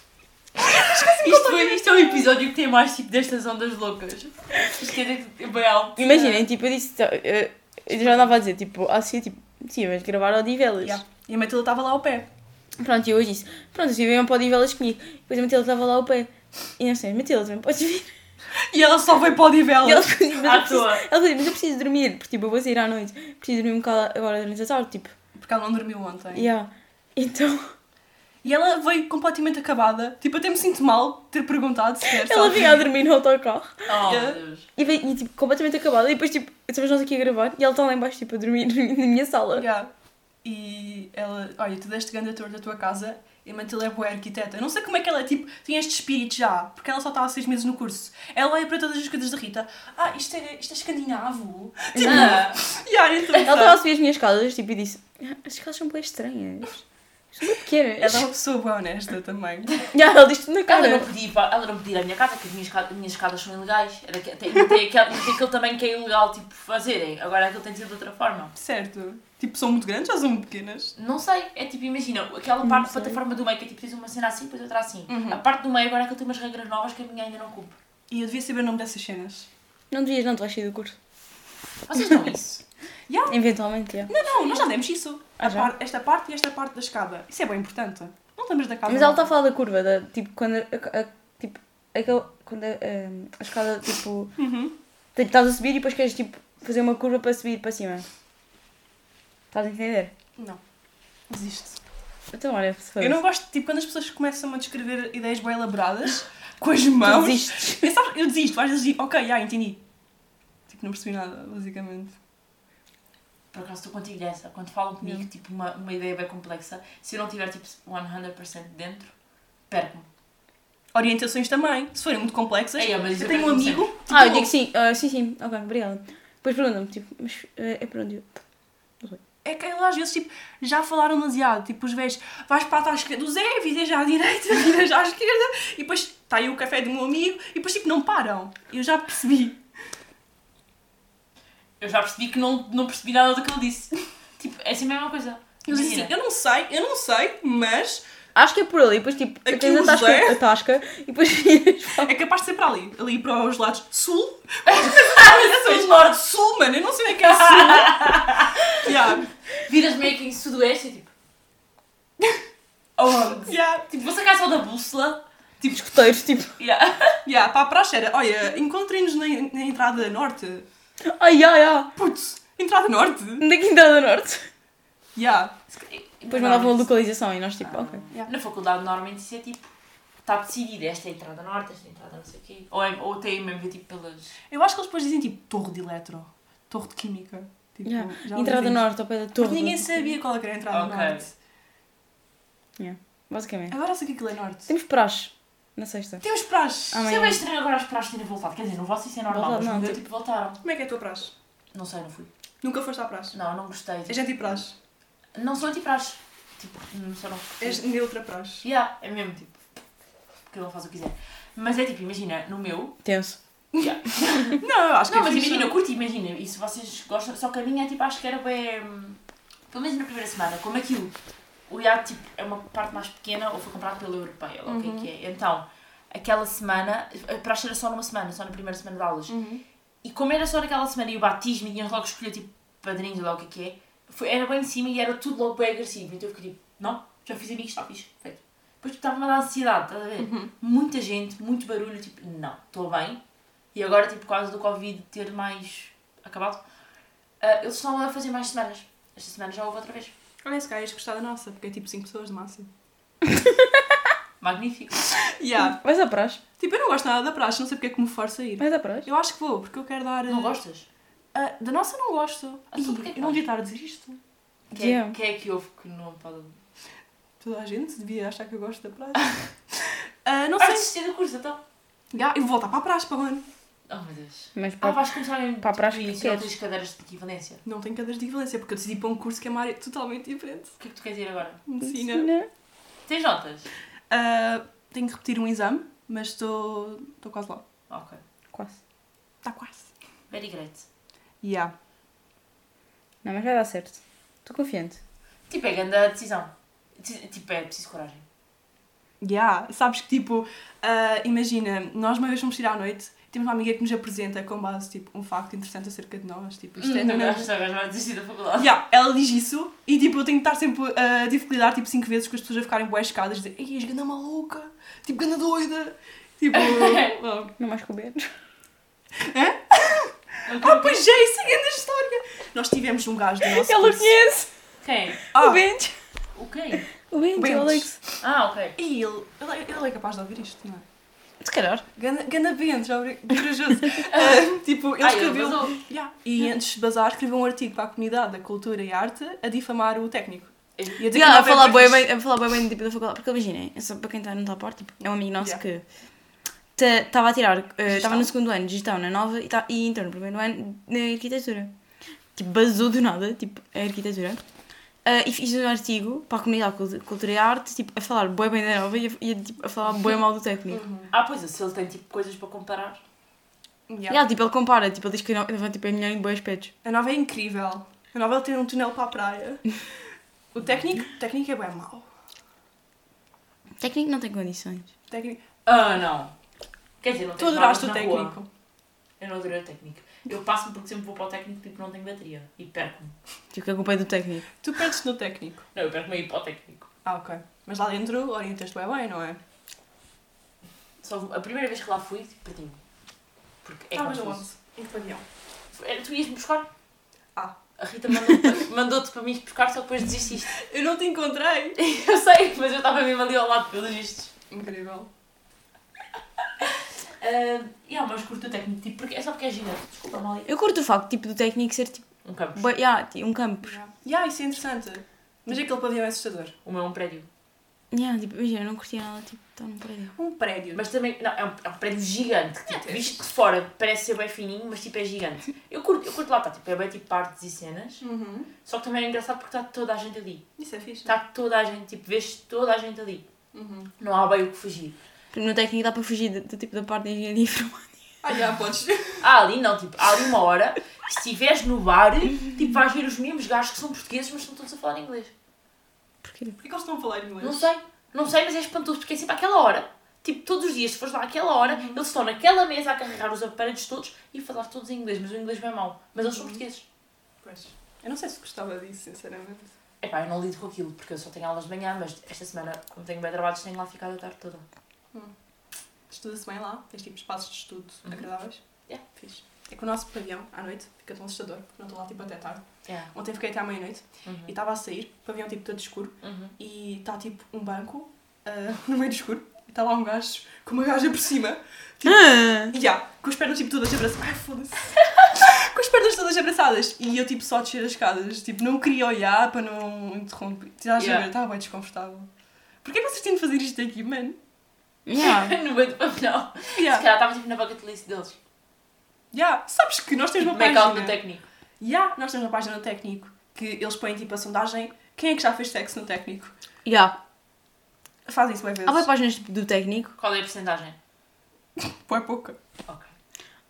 Speaker 2: Isto, foi, isto é um episódio que tem mais tipo destas ondas loucas. Isto é bem alto.
Speaker 1: Imaginem, tipo, eu disse. tá, eh, Eu já andava a dizer, tipo, assim, tipo, sim, mas gravar Odivelas.
Speaker 3: Yeah. E a Matilda estava lá ao pé.
Speaker 1: Pronto, e eu hoje disse, pronto, assim, venham para Odivelas comigo. Depois a Matilda estava lá ao pé. E não sei, Matilda, também podes vir.
Speaker 3: E ela só foi para o Odivelas.
Speaker 1: E ela ficou tipo, mas
Speaker 2: À
Speaker 1: eu preciso,
Speaker 2: toa.
Speaker 1: ela disse, mas eu preciso dormir, porque tipo, eu vou sair à noite, preciso dormir um bocado agora durante a tarde, tipo,
Speaker 3: Porque ela não dormiu ontem.
Speaker 1: yeah. Então,
Speaker 3: E ela veio completamente acabada. Tipo, até me sinto mal de ter perguntado sequer.
Speaker 1: ela
Speaker 3: sabe?
Speaker 1: vinha a dormir no autocarro
Speaker 2: Oh,
Speaker 3: Yeah.
Speaker 2: meu Deus.
Speaker 1: e, veio, e tipo, completamente acabada, e depois tipo, estamos nós aqui a gravar e ela está lá embaixo, tipo, a dormir <laughs> na minha sala.
Speaker 3: Yeah. E ela, olha, tu deste grande tour da tua casa e Matilde é boa arquiteta. Eu não sei como é que ela, tipo, tinha este espírito já, porque ela só está há seis meses no curso. Ela olha para todas as coisas da Rita. Ah, isto é, isto é escandinavo. Tipo,
Speaker 2: Ah,
Speaker 3: yeah, então,
Speaker 1: Ela estava a subir as minhas escadas, tipo, e disse, "Ah, as escadas são bem estranhas, são bem pequenas.
Speaker 3: ela é
Speaker 1: <laughs>
Speaker 3: uma pessoa boa honesta também.
Speaker 1: E ela disse na
Speaker 2: ela,
Speaker 1: cara.
Speaker 2: não podia, ir para- ela não podia ir à minha casa, porque as minhas, esca- minhas escadas são ilegais. Era que, tem, tem, aquele, tem aquele também que é ilegal, tipo, fazerem. Agora aquilo tem de ser de outra forma.
Speaker 3: Certo. Tipo, são muito grandes ou são muito pequenas?
Speaker 2: Não sei, é tipo, imagina, aquela
Speaker 1: Não
Speaker 2: parte da
Speaker 1: sei.
Speaker 2: plataforma do meio que é tipo, tens uma cena assim, depois outra assim.
Speaker 3: Uhum.
Speaker 2: A parte do meio agora é que eu tenho umas regras novas que a minha ainda não cumpre.
Speaker 3: E eu devia saber o nome dessas cenas.
Speaker 1: Não devias, não, tu vais sair do curso.
Speaker 2: Vocês
Speaker 1: <laughs>
Speaker 2: não isso?
Speaker 1: Eventualmente, yeah.
Speaker 3: Não, não, nós já demos isso.
Speaker 1: Ah,
Speaker 3: A
Speaker 1: já?
Speaker 3: par- esta parte e esta parte da escada. Isso é bem importante. Não estamos da casa.
Speaker 1: Mas ela
Speaker 3: não.
Speaker 1: está a falar da curva, da, tipo, quando a, a- tipo, aquele, quando a, hum, a- a escada, tipo,
Speaker 3: Uhum.
Speaker 1: Tipo, Estás a subir e depois queres tipo, fazer uma curva para subir para cima. Estás a entender?
Speaker 3: Não. Desiste.
Speaker 1: Então, olha, se for.
Speaker 3: Eu não gosto, tipo, quando as pessoas começam a descrever ideias bem <laughs> elaboradas com as
Speaker 1: Tu
Speaker 3: mãos.
Speaker 1: desistes.
Speaker 3: Eu, sabes, eu desisto, às vezes digo, ok, já entendi. Tipo, não percebi nada, basicamente.
Speaker 2: Por acaso estou contigo dessa. Quando falam comigo, tipo, uma, uma ideia bem complexa, se eu não tiver, tipo, 100% dentro, perco-me.
Speaker 3: Orientações também, se forem muito complexas.
Speaker 2: Ei, mas eu
Speaker 3: eu tenho um
Speaker 2: pergunto
Speaker 3: amigo. tipo,
Speaker 1: Ah, eu digo sim, ah, sim, sim, ok, obrigada. Depois perguntam-me, tipo, mas eh, é para onde eu.
Speaker 3: É que ela às vezes, tipo, já falaram demasiado. Tipo, os velhos, vais para a tua esquerda, do Zé, vira já à direita, <laughs> vira já à esquerda. E depois está aí o café do meu amigo. E depois, tipo, não param. Eu já percebi.
Speaker 2: Eu já percebi que não, não percebi nada do que ele
Speaker 1: <laughs>
Speaker 2: disse. tipo, é assim a mesma coisa.
Speaker 3: Eu disse assim,
Speaker 2: Imagina.
Speaker 3: eu não sei, eu não sei, mas
Speaker 1: Acho que é por ali, depois tipo,
Speaker 3: Aqui
Speaker 1: tens a
Speaker 3: o
Speaker 1: tasca,
Speaker 3: Zé.
Speaker 1: a tasca e depois viras.
Speaker 3: é capaz de ser para ali. Ali para os lados sul.
Speaker 1: Ah, um
Speaker 3: Sul,
Speaker 2: Sul.
Speaker 3: norte, sul, mano. Eu não sei onde é que
Speaker 1: <laughs>
Speaker 3: é sul. yeah.
Speaker 2: <laughs> Viras meio que em sudoeste e tipo... Aonde?
Speaker 3: Yeah.
Speaker 2: tipo, você cai só da bússola.
Speaker 1: <laughs> tipo, escuteiros, tipo,
Speaker 2: Yeah.
Speaker 3: Yeah, para a praxe era, olha, encontrem-nos na, na entrada norte.
Speaker 1: ai, ai, ai,
Speaker 3: Putz, entrada norte?
Speaker 1: da Quinta do Norte.
Speaker 3: Yeah.
Speaker 1: Depois mandavam a localização e nós, tipo, ok.
Speaker 2: Na faculdade, normalmente, isso é tipo... Está decidido, esta é a entrada norte, esta é a entrada não sei o quê. Ou, é, ou tem mesmo tipo pelas...
Speaker 3: Eu acho que eles depois dizem tipo torre de eletro, torre de química. Tipo,
Speaker 1: Yeah.
Speaker 3: já
Speaker 1: Entrada
Speaker 3: ouvi
Speaker 1: Norte ao pé da
Speaker 3: isso.
Speaker 1: torre.
Speaker 3: Porque ninguém sabia qual é que era a entrada
Speaker 2: Ok.
Speaker 3: norte.
Speaker 1: Yeah, Basicamente.
Speaker 3: Agora sei o que aquilo é norte.
Speaker 1: Temos praxe na sexta.
Speaker 3: Temos praxe.
Speaker 1: Ah,
Speaker 2: Isso é bem estranho agora as praxes terem voltado. Quer dizer, não vosso isso é normal,
Speaker 1: Voltado
Speaker 2: mas
Speaker 1: não,
Speaker 2: no meu
Speaker 1: tipo-
Speaker 2: tipo voltaram.
Speaker 3: Como é que é a tua praxe?
Speaker 2: Não sei, não fui.
Speaker 3: Nunca foste à praxe?
Speaker 2: Não, não gostei. tipo,
Speaker 3: És anti-praxe?
Speaker 2: Não sou anti-praxe. Tipo, não sou não.
Speaker 3: És neutra praxe?
Speaker 2: Yeah, é mesmo tipo. Cada um faz o que quiser. Mas é tipo, imagina, no meu.
Speaker 1: Tenso.
Speaker 2: Yeah.
Speaker 3: <laughs> Não, eu acho que é
Speaker 2: não, mas
Speaker 3: fixe.
Speaker 2: imagina, eu curto, imagina. E se vocês gostam. Só que a minha, tipo, acho que era bem. hum, Pelo menos na primeira semana, como aquilo. O IAD, tipo, é uma parte mais pequena ou foi comprado pela Europeia, ou o que é que
Speaker 3: Uhum.
Speaker 2: é. Então, aquela semana. A praxe era só numa semana, só na primeira semana de aulas.
Speaker 3: Uhum.
Speaker 2: E como era só naquela semana e o batismo, e íamos logo escolher tipo padrinhos, ou lá o que é que é, foi, era bem em cima e era tudo logo bem agressivo. Então eu fiquei tipo, não, já fiz amigos, está fixe, feito. Depois tipo, estava-me a dar ansiedade, estás a ver?
Speaker 3: Uhum.
Speaker 2: Muita gente, muito barulho, tipo, não, estou bem. E agora, tipo, por causa do Covid ter mais acabado, ah, eles estão a fazer mais semanas. Esta semana já houve outra vez.
Speaker 3: Olha, se calhar ias gostar da nossa, porque é tipo 5 pessoas no máximo.
Speaker 2: Magnífico.
Speaker 3: Yeah.
Speaker 1: Ah. Vais à praxe?
Speaker 3: Tipo, eu não gosto nada da praxe, não sei porque é que me força a ir.
Speaker 1: Vais à praxe?
Speaker 3: Eu acho que vou, porque eu quero
Speaker 1: Hum.
Speaker 3: dar.
Speaker 2: Não gostas?
Speaker 3: Ah, da nossa não gosto.
Speaker 2: Ah, então
Speaker 3: Ih,
Speaker 2: porquê que
Speaker 3: eu não
Speaker 2: vais?
Speaker 3: devia estar a dizer isto.
Speaker 2: Quem,
Speaker 1: Yeah.
Speaker 2: é, quem é que houve que não pode.
Speaker 3: Toda a gente devia achar que eu gosto da <laughs> praxe. Ah, não
Speaker 2: Vais
Speaker 3: sei.
Speaker 2: desistir do curso, então.
Speaker 3: Já, eu vou voltar para a praxe para o ano.
Speaker 2: Oh meu Deus.
Speaker 1: Mas
Speaker 2: Ah,
Speaker 1: pá,
Speaker 2: vais começar mesmo.
Speaker 1: Pá, para as
Speaker 2: tipo, e se não
Speaker 1: pequenas.
Speaker 2: tens cadeiras de equivalência.
Speaker 3: Não tenho cadeiras de equivalência, porque eu decidi para um curso que é uma área totalmente diferente.
Speaker 2: O que é que tu queres ir agora?
Speaker 3: Medicina.
Speaker 1: Medicina.
Speaker 2: Tens notas?
Speaker 3: Ah, tenho que repetir um exame, mas estou estou quase lá.
Speaker 2: Ok.
Speaker 1: Quase.
Speaker 3: Está quase.
Speaker 2: Very great.
Speaker 3: Yeah.
Speaker 1: Não, mas vai dar certo. Estou confiante.
Speaker 2: Tipo, é grande a decisão. Deci- Tipo, é preciso coragem.
Speaker 3: Yeah. Sabes que, tipo, ah, imagina, nós uma vez fomos ir à noite, temos uma amiga que nos apresenta com base, tipo, um facto interessante acerca de nós. Tipo, isto é
Speaker 1: Uhum.
Speaker 2: Não
Speaker 3: também-
Speaker 2: gajo vai desistir da faculdade.
Speaker 3: Yeah, ela diz isso e tipo, eu tenho que estar sempre ah, a dificultar tipo 5 vezes com as pessoas a ficarem boas escadas e dizer, ei, és ganda maluca, tipo ganda doida. Tipo,
Speaker 2: <laughs>
Speaker 3: ah,
Speaker 1: Não mais comer.
Speaker 2: Ah,
Speaker 3: pois é, isso é a história. Nós tivemos um gajo do
Speaker 1: <laughs>
Speaker 3: nosso
Speaker 1: Ela
Speaker 3: curso.
Speaker 1: conhece.
Speaker 2: Quem?
Speaker 3: Ah,
Speaker 1: O Benji.
Speaker 2: O quem?
Speaker 1: O
Speaker 3: o
Speaker 1: Benji,
Speaker 3: Benji.
Speaker 1: o Alex.
Speaker 2: Ah, ok.
Speaker 3: E ele, ele, ele é capaz de ouvir isto, não é?
Speaker 1: Se calhar.
Speaker 3: Ganda, ganda Bento, já abri-
Speaker 2: <laughs>
Speaker 3: corajoso. Ah, tipo, ele
Speaker 2: Ah,
Speaker 3: escreveu...
Speaker 2: ele vazou.
Speaker 3: Yeah. E antes de bazar, escreveu um artigo para a comunidade da cultura e arte a difamar o técnico. E a dizer que
Speaker 1: Yeah, a
Speaker 3: não é
Speaker 1: falar
Speaker 3: bem
Speaker 1: bem, bem, a falar bem, bem tipo, da faculdade. Porque imaginem, é só para quem está, não está a par, tipo, é um amigo nosso
Speaker 3: Yeah.
Speaker 1: que estava a tirar, eh, estava
Speaker 3: Gestão.
Speaker 1: no segundo ano de gestão na nova e, tá, e entrou no primeiro ano na arquitetura. Tipo, basou do nada, tipo, a arquitetura. Ah, e fiz um artigo para a comunidade de cultura e arte, tipo, a falar bem bem da nova e a, e a, tipo, a falar bem mal do técnico.
Speaker 2: Ah, pois é, se ele tem tipo coisas para comparar.
Speaker 3: Yeah.
Speaker 1: E ela, tipo, ele compara, tipo, ele diz que a nova tipo, é melhor em dois aspectos.
Speaker 3: A nova é incrível. A nova ele tem um túnel para a praia. O técnico, o técnico é bem mau.
Speaker 1: O técnico não tem condições.
Speaker 3: O técnico-
Speaker 2: Ah, não. Quer dizer, não
Speaker 3: Tu
Speaker 2: tenho
Speaker 3: adoraste o
Speaker 2: malas na rua.
Speaker 3: técnico.
Speaker 2: Eu não adorei o técnico. Eu passo-me porque sempre vou para o técnico tipo não tenho bateria. E perco-me.
Speaker 1: Tipo, que a culpa é do técnico.
Speaker 3: Tu perdes no técnico.
Speaker 2: Não, eu perco-me aí para o técnico.
Speaker 3: Ah, ok. Mas lá dentro orientas-te bem bem, não é?
Speaker 2: Só a primeira vez que lá fui, tipo, perdi-me. Porque é
Speaker 3: Estavas
Speaker 2: confuso.
Speaker 3: Em que pavilhão?
Speaker 2: Era- Tu ias-me buscar?
Speaker 3: Ah.
Speaker 2: A Rita mandou- mandou-te <laughs> para mim buscar, só que depois desististe. <laughs>
Speaker 3: Eu não te encontrei.
Speaker 2: Eu sei, mas eu estava mesmo ali ao lado, pelos vistos.
Speaker 3: Incrível.
Speaker 2: Ah, e há mas curto o técnico, tipo, porque é só porque é gigante. Desculpa, Mali.
Speaker 1: Eu curto o facto, tipo, do técnico ser, tipo,
Speaker 2: Um campo.
Speaker 1: bué- yeah, ti- um campo.
Speaker 3: Yeah. isso é interessante. Mas aquele pavilhão é assustador.
Speaker 2: O meu é um prédio.
Speaker 1: Yeah, tipo, imagina, eu não curtia nada, tipo, estar num prédio.
Speaker 3: Um prédio.
Speaker 2: Mas também, não, é um, é um prédio gigante. que, tipo,
Speaker 3: É, é.
Speaker 2: visto de fora, parece ser bem fininho, mas tipo, é gigante. Eu curto, eu curto lá, tá, tipo, é bem tipo partes e cenas.
Speaker 3: Uhum.
Speaker 2: Só que também é engraçado porque está toda a gente ali.
Speaker 3: Isso é fixe.
Speaker 2: Está toda a gente, tipo, vês toda a gente ali.
Speaker 3: Uhum.
Speaker 2: Não há bem o que fugir.
Speaker 1: No técnico dá para fugir do, do tipo da parte da engenharia informática. <laughs>
Speaker 3: Ah, já podes. <laughs>
Speaker 2: Há ali, não, tipo, há ali uma hora, se estiveres no bar, tipo, vais ver os mesmos gajos que são portugueses, mas estão todos a falar inglês.
Speaker 1: Porquê?
Speaker 3: Porquê que eles estão a falar inglês?
Speaker 2: Não sei, não sei, mas é espantoso porque é sempre àquela hora. Tipo, todos os dias, se fores lá àquela hora, eles estão naquela mesa a carregar os aparelhos todos e a falar todos em inglês, mas o inglês bem mau. Mas eles são portugueses.
Speaker 3: Pois. Eu não sei se gostava disso, sinceramente.
Speaker 2: Epá, eu não lido com aquilo porque eu só tenho aulas de manhã, mas esta semana, como tenho bem trabalhos, tenho lá ficado a tarde toda.
Speaker 3: Estuda-se bem lá, tens tipo espaços de estudo
Speaker 2: Uhum.
Speaker 3: agradáveis.
Speaker 2: Yeah.
Speaker 3: Fixe. É que o nosso pavilhão, à noite, fica tão assustador, porque não estou lá tipo até tarde.
Speaker 2: Yeah.
Speaker 3: Ontem fiquei até à meia-noite
Speaker 2: Uhum.
Speaker 3: e estava a sair, pavilhão tipo todo escuro,
Speaker 2: Uhum.
Speaker 3: e está tipo um banco ah, <laughs> no meio do escuro, e está lá um gajo com uma gaja por cima,
Speaker 1: Ah!
Speaker 3: e já, com as pernas tipo todas abraçadas. Ai, foda-se! com as pernas todas abraçadas. E eu tipo só a descer as escadas, tipo, não queria olhar para não interromper. Estás a
Speaker 2: Yeah.
Speaker 3: ver? Estava bem desconfortável. Porquê que vocês têm de fazer isto aqui, mano?
Speaker 1: Yeah.
Speaker 2: <laughs> no meio do pavilhão. Se
Speaker 3: Yeah.
Speaker 2: calhar estava tipo na bucket list deles.
Speaker 3: Yeah. Sabes que nós temos
Speaker 2: Tipo,
Speaker 3: uma
Speaker 2: make out do
Speaker 3: página.
Speaker 2: técnico.
Speaker 3: Yeah, nós temos uma página no técnico que eles põem tipo a sondagem quem é que já fez sexo no técnico.
Speaker 1: Yeah.
Speaker 3: Fazem isso bem vezes.
Speaker 1: Há boas páginas tipo, do técnico.
Speaker 2: Qual é a porcentagem?
Speaker 3: Pô, é pouca.
Speaker 2: Ok.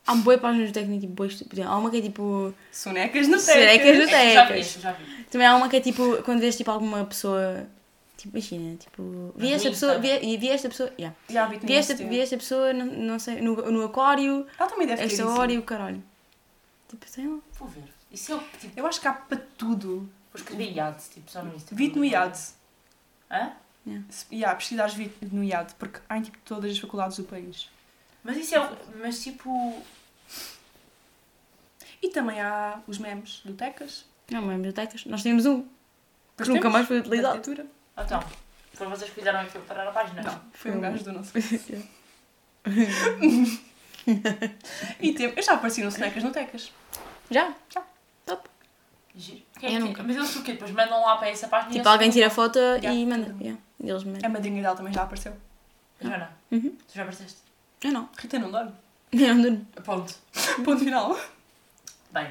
Speaker 1: Há boas páginas do técnico, tipo, boas, tipo, há uma que é tipo...
Speaker 3: Sonecas no
Speaker 1: Sonecas
Speaker 3: técnico.
Speaker 1: no
Speaker 2: É que eu já vi,
Speaker 1: Tecas.
Speaker 2: esse eu já vi.
Speaker 1: Também há uma que é tipo, quando vês, tipo, alguma pessoa... Tipo, imagina, tipo... Vi
Speaker 2: No
Speaker 1: esta pessoa,
Speaker 2: Insta.
Speaker 1: vi, vi esta pessoa... Yeah.
Speaker 3: Já vi-te
Speaker 1: Vi esta, É vi esta pessoa, não, não sei, no, no aquário,
Speaker 3: Ela também deve ter
Speaker 1: esta
Speaker 3: isso.
Speaker 1: hora e o caralho. Tipo, sei lá.
Speaker 2: Vou ver. Isso é o que tipo.
Speaker 3: Eu acho que há para tudo.
Speaker 2: Vou escrever IAD, tipo, só no Instagram.
Speaker 3: Vi-te no IAD.
Speaker 2: Hã?
Speaker 3: Se- Yeah, pesquisares vi-te no IAD, porque há em tipo todas as faculdades do país.
Speaker 2: Mas isso é o. Mas tipo.
Speaker 3: E também há os memes do Tecas.
Speaker 1: Não, mas bibliotecas. Nós tínhamos um, <laughs> que
Speaker 3: Pois
Speaker 1: nunca
Speaker 3: temos.
Speaker 1: mais foi utilizado.
Speaker 3: Arquitetura.
Speaker 2: Então, foram vocês que fizeram e foi parar a
Speaker 1: É.
Speaker 2: página?
Speaker 3: Não, foi um gajo do nosso. E tem... Eu já apareci no
Speaker 1: É.
Speaker 3: Sonecas no Tecas.
Speaker 1: Já?
Speaker 2: Giro. Quem é
Speaker 1: Eu
Speaker 2: que-
Speaker 1: nunca.
Speaker 2: Mas eles o quê? Depois mandam lá para essa página
Speaker 1: Tipo,
Speaker 2: e
Speaker 1: alguém tira a foto
Speaker 3: Yeah.
Speaker 1: e manda. Yeah. E eles
Speaker 3: A
Speaker 1: mandam.
Speaker 3: madrinha dela também já apareceu.
Speaker 2: Joana,
Speaker 1: Uhum.
Speaker 2: tu já apareceste?
Speaker 1: Eu não.
Speaker 3: Rita
Speaker 1: <laughs>
Speaker 3: não dorme.
Speaker 1: Eu não durmo.
Speaker 2: Ponto.
Speaker 3: Ponto final.
Speaker 2: Bem.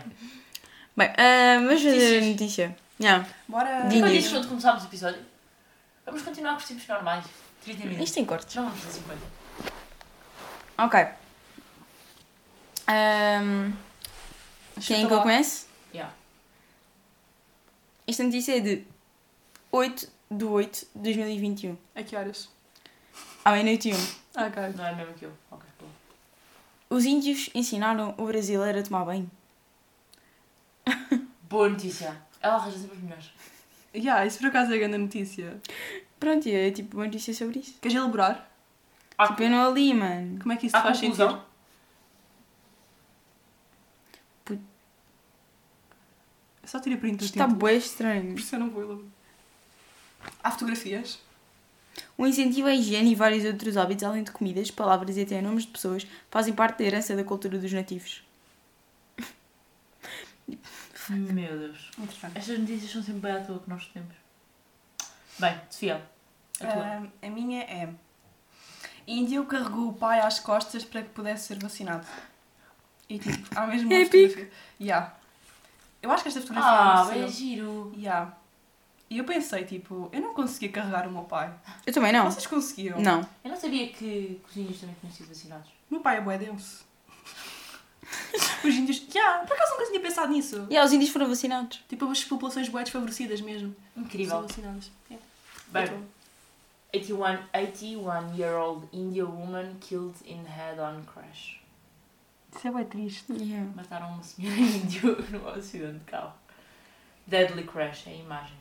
Speaker 1: Bem, ah, vamos fazer a
Speaker 2: Notícias.
Speaker 1: notícia. Yeah.
Speaker 3: Bora.
Speaker 1: Diga.
Speaker 2: Quando dizes quando começámos o episódio, vamos continuar com os tipos normais. 30 minutos.
Speaker 1: Isto tem cortes.
Speaker 2: Não vamos fazer 50.
Speaker 1: Ok. Ahm, quem é que eu conheço?
Speaker 2: Yeah.
Speaker 1: Esta notícia é de 8 de 8 de 2021.
Speaker 3: A que horas?
Speaker 1: À meia-noite e um.
Speaker 3: Ah, ok.
Speaker 2: Não é mesmo que eu. Ok, bom.
Speaker 1: Os índios ensinaram o brasileiro a tomar banho.
Speaker 2: Boa notícia. Ela arranja sempre os melhores.
Speaker 3: Yeah, isso por acaso é grande notícia.
Speaker 1: Pronto, e é tipo uma notícia sobre isso.
Speaker 3: Queres elaborar?
Speaker 2: à,
Speaker 1: Tipo, eu não ali, mano.
Speaker 3: Como é que isso
Speaker 2: à
Speaker 3: te faz sentido?
Speaker 2: conclusão.
Speaker 3: Só tirei print do
Speaker 1: Isto está
Speaker 3: título.
Speaker 1: bué estranho.
Speaker 3: Por isso eu não vou elaborar. Há fotografias.
Speaker 1: O incentivo à higiene e vários outros hábitos, além de comidas, palavras e até nomes de pessoas, fazem parte da herança da cultura dos nativos.
Speaker 2: Meu Deus.
Speaker 3: Interessante.
Speaker 2: Estas notícias são sempre bem à toa que nós temos. Bem, Sofia, a tua.
Speaker 3: Ah, a minha é... Índio carregou o pai às costas para que pudesse ser vacinado. E tipo,
Speaker 2: <laughs>
Speaker 3: há mesmo uma
Speaker 1: Épico.
Speaker 3: fotografia. Yeah. Eu acho que esta fotografia
Speaker 2: É Ah,
Speaker 3: é
Speaker 2: bem
Speaker 3: do seu.
Speaker 2: giro.
Speaker 3: Yeah. E eu pensei, tipo, eu não conseguia carregar o meu pai.
Speaker 1: Eu também não.
Speaker 3: Vocês conseguiam?
Speaker 2: um?
Speaker 1: Não.
Speaker 2: Eu não sabia que cozinhas também tinham sido vacinados.
Speaker 3: O meu pai é bué denso. <laughs> Os índios... Yeah, por acaso nunca tinha pensado nisso.
Speaker 1: E yeah, os índios foram vacinados.
Speaker 3: Tipo, as populações bué desfavorecidas mesmo.
Speaker 2: Incrível.
Speaker 3: São vacinadas. Yeah.
Speaker 2: Bem,
Speaker 3: Então,
Speaker 2: 81, 81 year old India woman killed in head on crash.
Speaker 3: Isso é bué triste.
Speaker 1: Yeah.
Speaker 2: Mataram uma senhora <laughs> índio num acidente de carro. Deadly crash, é a imagem.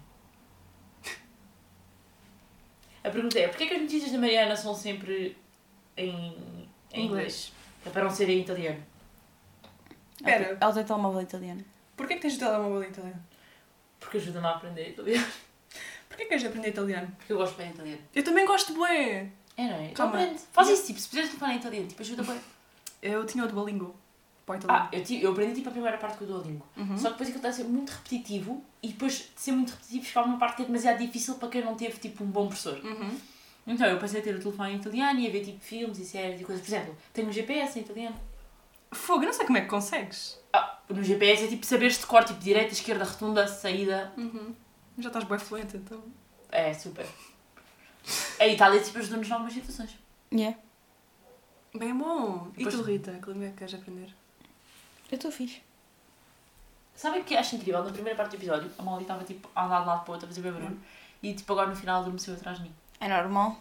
Speaker 2: A pergunta é, porquê que as notícias da Mariana são sempre em, em inglês? É para não ser em italiano.
Speaker 3: Espera.
Speaker 1: Ela tem- Ela tem é telemóvel italiano.
Speaker 3: Porquê que tens o telemóvel em italiano?
Speaker 2: Porque ajuda-me a aprender italiano.
Speaker 3: Porquê que queres aprender italiano?
Speaker 2: <laughs> Porque eu gosto bem de italiano.
Speaker 3: Eu também gosto de bué.
Speaker 2: É, não é? Então
Speaker 3: Calma.
Speaker 2: aprende. Faz isso, tipo, se puderes falar em italiano, tipo, ajuda bem.
Speaker 3: Eu tinha o Duolingo. Para o italiano.
Speaker 2: Ah, eu, ti- eu aprendi, tipo, a primeira parte com o Duolingo.
Speaker 3: Uhum.
Speaker 2: Só que depois aquilo está a ser muito repetitivo e depois de ser muito repetitivo chegava uma parte que é demasiado difícil para quem não teve, tipo, um bom professor.
Speaker 3: Uhum.
Speaker 2: Então eu passei a ter o telefone em italiano e a ver, tipo, filmes e séries e coisas. Por exemplo, tenho um GPS em italiano.
Speaker 3: Fogo, eu não sei como é que consegues.
Speaker 2: Ah, no GPS é, tipo, saberes de cor, tipo, direita, esquerda, rotunda, saída.
Speaker 3: Já estás bué fluente, então.
Speaker 2: É, super. A Itália, tipo, ajudou-nos em algumas situações.
Speaker 1: Yeah.
Speaker 3: Bem é bom. E
Speaker 2: Pois-
Speaker 3: tu, Rita? Como é que queres aprender?
Speaker 1: Eu estou fixe.
Speaker 2: Sabem o que acho incrível? Na primeira parte do episódio, a Molly estava, tipo, a andar de lado para o outro a fazer barulho.
Speaker 3: Uhum.
Speaker 2: E, tipo, agora no final adormeceu atrás de mim. <laughs>
Speaker 1: É normal.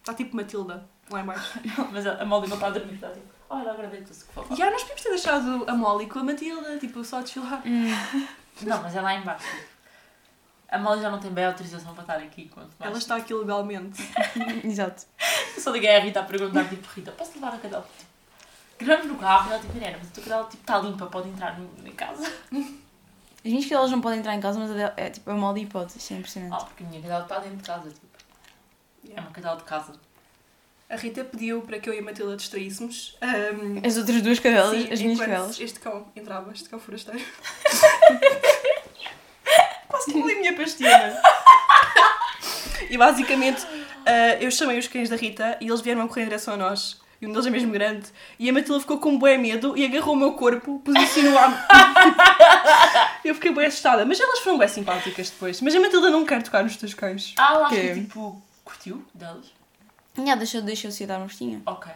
Speaker 3: Está tipo Matilda, lá em baixo.
Speaker 2: Mas a a Molly não está a dormir, está tipo, olha, agora deita-se, que fofa.
Speaker 3: e ah, nós podemos ter deixado a Molly com a Matilda, tipo, só a desfilar.
Speaker 2: Hum. Não, mas é lá embaixo. A Molly já não tem bem autorização para estar aqui quanto mais.
Speaker 3: Ela está aqui legalmente.
Speaker 1: <laughs> Exato.
Speaker 2: Eu só liguei à Rita a perguntar, tipo, Rita, posso levar a cadela? Tipo, Gravamos no carro e ela, tipo, Mariana, mas a tua cadela, tipo, está limpa, pode entrar no- em casa.
Speaker 1: As minhas cadelas não podem entrar em casa, mas a, dela- é, tipo, a Molly pode. Isto é impressionante.
Speaker 2: Ah, porque a minha cadela está dentro de casa, tipo. É uma cadela de casa.
Speaker 3: A Rita pediu para que eu e a Matilda distraíssemos. Um, ahm,
Speaker 1: Oh. As outras duas cadelas,
Speaker 3: sim,
Speaker 1: as minhas
Speaker 3: enquanto
Speaker 1: cadelas.
Speaker 3: Este cão entrava, este cão forasteiro. <laughs> Quase que engoli a minha pastilha. <laughs> e basicamente ah, eu chamei os cães da Rita e eles vieram a correr em direção a nós. E um deles é mesmo grande. E a Matilda ficou com um bué medo e agarrou o meu corpo, posicionou-a. <laughs> eu fiquei bem assustada. Mas elas foram bem simpáticas depois. Mas a Matilda não quer tocar nos teus cães.
Speaker 2: Ah, eu acho que,
Speaker 1: Que-
Speaker 2: tipo, curtiu delas.
Speaker 1: Yeah, deixou, deixou-se dar um gostinho.
Speaker 2: Ok.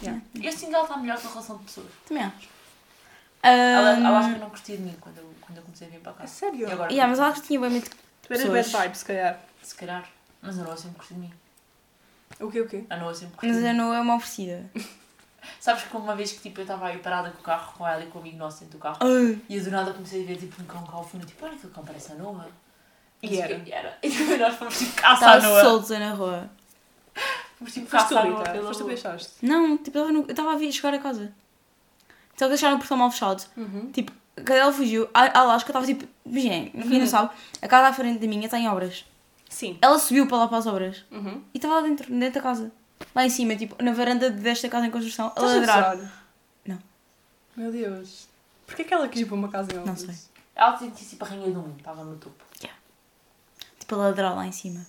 Speaker 1: Yeah.
Speaker 2: Eu sinto que ela está melhor na relação de pessoas.
Speaker 1: Também acho. Hum.
Speaker 2: Ela, ela
Speaker 1: Ahm,
Speaker 2: acho que eu não curtia de mim quando eu, quando eu comecei a vir para cá.
Speaker 3: É sério?
Speaker 2: E agora,
Speaker 1: yeah, mas ela acho que tinha bem medo. tipo,
Speaker 3: Tu eras bad
Speaker 1: pessoas.
Speaker 3: vibes, se calhar.
Speaker 2: se calhar, mas a Noa sempre curtiu de mim.
Speaker 3: O quê, o quê?
Speaker 2: A Noa sempre curtiu
Speaker 1: Mas
Speaker 2: de
Speaker 1: a
Speaker 2: mim.
Speaker 1: Noa é uma
Speaker 2: <laughs>
Speaker 1: oferecida.
Speaker 2: Sabes que uma vez que, tipo, eu estava aí parada com o carro, com ela e com o amigo nosso dentro do carro,
Speaker 1: Ah,
Speaker 2: E eu do nada comecei a ver tipo um cão cá ao fundo, tipo, olha aquele cão parece a Noa.
Speaker 3: E
Speaker 2: disse
Speaker 3: era.
Speaker 2: que era. <laughs> E depois nós fomos tipo caça à
Speaker 1: Estava
Speaker 2: Noa.
Speaker 1: solta na rua.
Speaker 2: Fomos tipo
Speaker 3: Foste
Speaker 2: caça
Speaker 3: tu,
Speaker 2: à Noa.
Speaker 3: Rita.
Speaker 2: pela
Speaker 3: Foste tu
Speaker 2: rua.
Speaker 3: que deixaste.
Speaker 1: Não, tipo, tava no- eu estava a vir chegar a casa. Só que deixaram o portão mal fechado.
Speaker 3: Uhum.
Speaker 1: Tipo, a cadela fugiu. A, a Lasca estava tipo, imaginem, não quem não sabe, a casa à frente da minha está em obras.
Speaker 3: Sim.
Speaker 1: Ela subiu para lá para as obras
Speaker 3: Uhum.
Speaker 1: e estava lá dentro, dentro da casa. Lá em cima, tipo, na varanda desta casa em construção, a
Speaker 3: Estás a
Speaker 1: ladrar.
Speaker 3: gozar?
Speaker 1: Não.
Speaker 3: Meu Deus. Porquê é que ela quis ir para uma casa em
Speaker 1: Não
Speaker 3: obras?
Speaker 1: sei.
Speaker 2: Ela tinha sido tipo a rainha do mundo, estava no topo.
Speaker 1: Tipo, a ladrar lá em cima.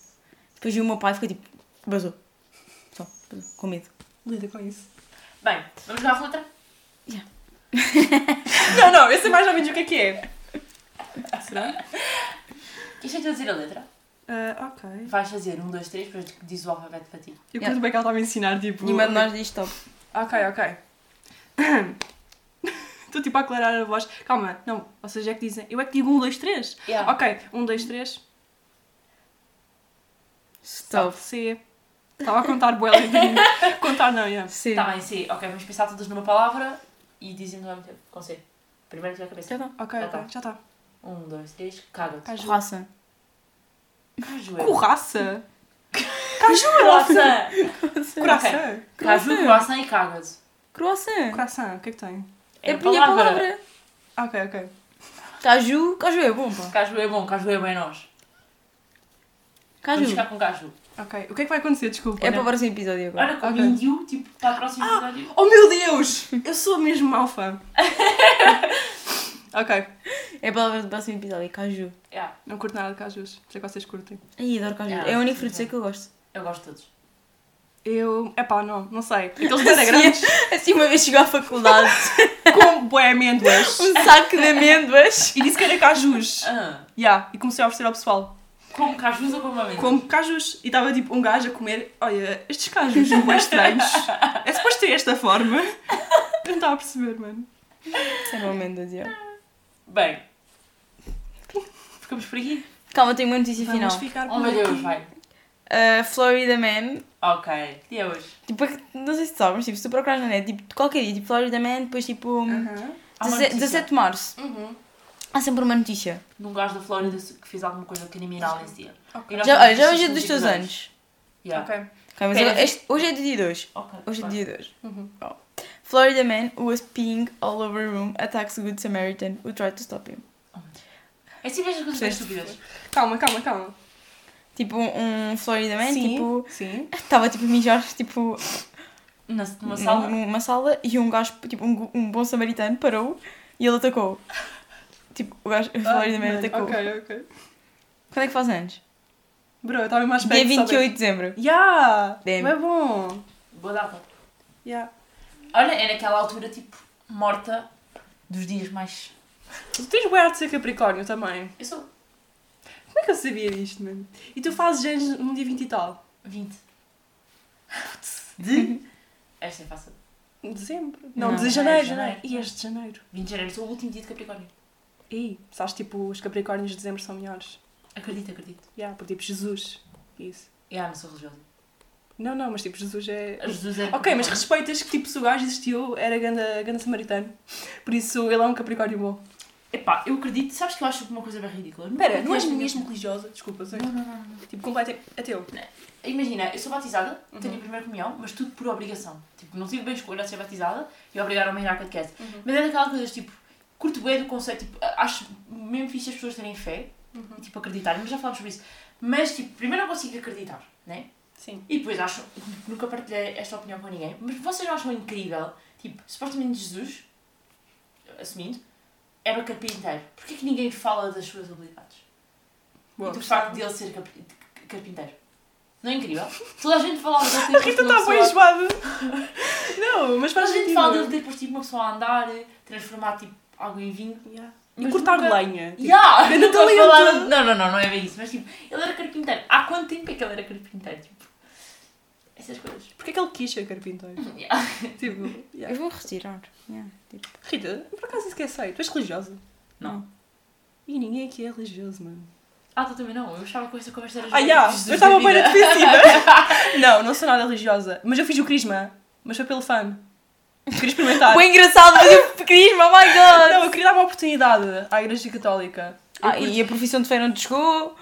Speaker 1: Depois viu o meu pai e ficou tipo, vazou. Só, vazou, com medo.
Speaker 3: Lida com isso. <laughs>
Speaker 2: Bem, vamos jogar a outra?
Speaker 3: Não, não, eu sei mais ou menos o que é que é. Será?
Speaker 2: Queres que eu te dizer a letra?
Speaker 3: Ah, ok.
Speaker 2: Vais fazer um, dois, três, depois diz o alfabeto para ti.
Speaker 3: Eu
Speaker 1: Yeah.
Speaker 3: curto bem que ela estava a ensinar, tipo...
Speaker 1: Nenhuma de nós diz top.
Speaker 3: <coughs> Ok, <coughs> ok. Estou tipo a aclarar a voz. Calma, não, vocês é que dizem. Eu é que digo um, dois, três.
Speaker 1: Tá.
Speaker 2: Yeah.
Speaker 3: Ok, um, dois, três.
Speaker 1: Stop.
Speaker 3: C. Estava a contar
Speaker 1: <laughs>
Speaker 3: boa lentamente. Contar não, yeah.
Speaker 1: Sim.
Speaker 2: Está Tá bem, sim. Ok, vamos pensar todas numa palavra e dizem-nos ao mesmo tempo. Com C. Primeiro tira a cabeça.
Speaker 1: Já tá.
Speaker 3: Ok,
Speaker 2: Já
Speaker 3: ok,
Speaker 2: tá.
Speaker 3: já está.
Speaker 2: Um, dois, três, caga-te.
Speaker 3: Cajueiro.
Speaker 1: Raça.
Speaker 2: Cajueiro.
Speaker 3: Corraça? Caju,
Speaker 2: Croissant.
Speaker 3: Coração.
Speaker 2: Caju, croissant e cagado.
Speaker 1: Croissant.
Speaker 3: Coração, o que é que tem?
Speaker 1: É a minha palavra.
Speaker 3: Ah, Ok, ok.
Speaker 1: Caju. Caju é bom, pá.
Speaker 2: Caju é bom, caju é bem nós. Vamos
Speaker 1: Caju.
Speaker 2: ficar com caju.
Speaker 3: Ok. O que é que vai acontecer? Desculpa.
Speaker 1: É para o próximo episódio agora.
Speaker 2: Olha, com
Speaker 3: Ok.
Speaker 2: índio, tipo, para o próximo episódio.
Speaker 3: Oh meu Deus! Eu sou mesmo mau fã. ok.
Speaker 1: É a palavra do próximo episódio. Caju.
Speaker 2: Yeah,
Speaker 3: Não curto nada de cajus. Sei que vocês curtem.
Speaker 1: Ai, adoro caju.
Speaker 2: Ah,
Speaker 1: É o único
Speaker 2: sim,
Speaker 1: fruto
Speaker 2: sim.
Speaker 1: seco que eu gosto.
Speaker 2: eu gosto de todos.
Speaker 3: Eu... Epá, não. Não sei. Aqueles bem grandes
Speaker 1: Assim, uma vez chegou à
Speaker 2: <laughs>
Speaker 1: faculdade,
Speaker 3: <laughs> com bué amêndoas.
Speaker 1: um saco de amêndoas.
Speaker 3: E disse que era cajus.
Speaker 2: Ah,
Speaker 3: Ya. E comecei a oferecer ao pessoal.
Speaker 2: como cajus ou como amendoim?
Speaker 3: Como cajus. E estava tipo um gajo a comer. Olha, estes cajus são bué estranhos. É suposto ter esta forma. Eu não estava a perceber, mano.
Speaker 2: é
Speaker 1: Eram amêndoas, já.
Speaker 2: Bem. Ficamos por aqui?
Speaker 1: Calma, tenho uma notícia final.
Speaker 3: Vamos ficar
Speaker 2: Oh meu Deus, vai.
Speaker 1: Uh, Florida Man.
Speaker 2: Ok, que dia é hoje?
Speaker 1: Tipo, é que- não sei se tu sabes, mas tipo, se tu procurares na net, tipo, qualquer dia, tipo, Florida Man, depois tipo,
Speaker 3: Aham.
Speaker 2: Há uma
Speaker 1: 17
Speaker 2: notícia.
Speaker 1: 17 de março.
Speaker 2: Uhum.
Speaker 1: Há sempre uma notícia.
Speaker 2: Num gajo da Flórida que fez alguma coisa criminal em si.
Speaker 3: Ok.
Speaker 2: E nós
Speaker 1: Já, olha, já
Speaker 2: somos
Speaker 1: hoje é dos teus anos.
Speaker 2: Yeah.
Speaker 3: Ok.
Speaker 1: Ok, mas
Speaker 2: Pera,
Speaker 1: agora- este- hoje é do dia 2.
Speaker 2: Ok,
Speaker 1: Hoje é do
Speaker 2: vai.
Speaker 1: dia 2.
Speaker 3: Uhum.
Speaker 1: Florida man who was peeing all over room attacks a good Samaritan who tried to stop him.
Speaker 2: É sempre as coisas bem estúpidas.
Speaker 3: Calma, calma, calma.
Speaker 1: Tipo, um Florida man, tipo,
Speaker 3: Sim.
Speaker 1: estava tipo a mijar, tipo,
Speaker 2: Na,
Speaker 3: Uhum.
Speaker 2: numa sala.
Speaker 1: numa sala e um gajo, tipo, um, go- um bom samaritano parou e ele atacou. Tipo, o gajo, o Florida man atacou.
Speaker 3: Ah, Ok, ok.
Speaker 1: Quando é que faz anos?
Speaker 3: Bro, eu estava mais perto
Speaker 1: Dia 28 de dezembro.
Speaker 3: Ya!
Speaker 1: Damn.
Speaker 3: Não é bom.
Speaker 1: Uhum.
Speaker 2: Boa data.
Speaker 3: Ya.
Speaker 2: Olha, é naquela altura, tipo, morta dos dias mais.
Speaker 3: Tu tens bué ar de ser capricórnio também.
Speaker 2: Eu sou
Speaker 3: Como é que eu sabia disto, mano? E tu fazes anos num dia 20 e tal?
Speaker 2: 20. Putz, De. Esta é fácil.
Speaker 3: Em dezembro? Não,
Speaker 1: Não,
Speaker 3: de janeiro,
Speaker 2: janeiro,
Speaker 3: janeiro.
Speaker 2: janeiro.
Speaker 3: E este de janeiro?
Speaker 2: 20 de janeiro, sou o último dia de Capricórnio.
Speaker 3: Ih, sabes, tipo, os capricórnios de dezembro são melhores.
Speaker 2: Acredito, acredito.
Speaker 3: Ya, porque tipo, Jesus. Isso.
Speaker 2: Yeah, É, não sou religiosa.
Speaker 3: Não, não, mas tipo, Jesus é...
Speaker 2: Jesus é.
Speaker 3: Ok, mas
Speaker 2: Capricórnio.
Speaker 3: respeitas que tipo, se o gajo existiu, era ganda, ganda samaritano. Por isso, ele é um capricórnio bom.
Speaker 2: Epá, eu acredito, sabes que eu acho uma coisa bem ridícula. Nunca
Speaker 3: Pera, não és
Speaker 2: tinha-
Speaker 3: mesmo religiosa? Desculpa, sei.
Speaker 2: Não, não, não. não.
Speaker 3: Tipo, completamente ateu.
Speaker 2: Imagina, eu sou batizada,
Speaker 3: Uhum.
Speaker 2: tenho a primeira comunhão, mas tudo por obrigação. Tipo, não tive bem escolha a ser batizada e obrigaram-me a ir à catequese.
Speaker 3: Uhum.
Speaker 2: Mas é daquelas coisas, tipo, curto bem do conceito, tipo, acho mesmo fixe as pessoas terem fé
Speaker 3: Uhum.
Speaker 2: e, tipo, acreditarem, mas já falámos sobre isso. Mas, tipo, primeiro não consigo acreditar, né?
Speaker 3: Sim.
Speaker 2: E depois acho, nunca partilhei esta opinião com ninguém, mas vocês não acham incrível? Tipo, supostamente Jesus, assumindo, é era carpinteiro. Porquê que ninguém fala das suas habilidades?
Speaker 3: Boa.
Speaker 2: e do facto de ele ser carpi- de- carpinteiro. Não é incrível? Toda a gente fala
Speaker 3: <laughs>
Speaker 2: dele ter posto
Speaker 3: Rita
Speaker 2: uma
Speaker 3: está tá bem
Speaker 2: pessoa...
Speaker 3: enjoada. <laughs> Não, mas
Speaker 2: Toda
Speaker 3: faz
Speaker 2: a gente
Speaker 3: sentido.
Speaker 2: fala dele ter posto tipo, uma pessoa a andar, transformar tipo, água em vinho.
Speaker 3: Yeah. E
Speaker 2: Mas
Speaker 3: cortar
Speaker 2: nunca-
Speaker 3: lenha. <laughs>
Speaker 2: Yeah!
Speaker 3: Grande
Speaker 2: Nunca
Speaker 3: talento.
Speaker 2: falaram- Não, não, não, não é bem isso. Mas tipo, ele era carpinteiro. Há quanto tempo é que ele era carpinteiro? Tipo, essas coisas.
Speaker 3: Porquê é que ele quis ser <laughs> carpinteiro?
Speaker 2: Yeah.
Speaker 3: tipo,
Speaker 1: Eu
Speaker 3: yeah.
Speaker 1: vou retirar. Yeah, tipo.
Speaker 3: Rita, por acaso isso que é sei? Tu és religiosa?
Speaker 2: Não.
Speaker 3: E ninguém aqui é religioso, mano.
Speaker 2: Ah, tu também não. Eu achava que esta conversa era
Speaker 3: Ah,
Speaker 2: Jesus-
Speaker 3: yeah,
Speaker 2: Jesus
Speaker 3: eu estava
Speaker 2: da
Speaker 3: bem na
Speaker 2: vida. <laughs>
Speaker 3: defensiva.
Speaker 2: Ah,
Speaker 3: não, não sou nada religiosa. Mas eu fiz o crisma. Mas foi pelo fã. Queria experimentar.
Speaker 1: Foi engraçado, mas eu
Speaker 3: <laughs>
Speaker 1: pequenismo, oh my god!
Speaker 3: Não, eu queria dar uma oportunidade à Igreja Católica. Eu
Speaker 1: Ah, e a profissão de fé não te chegou,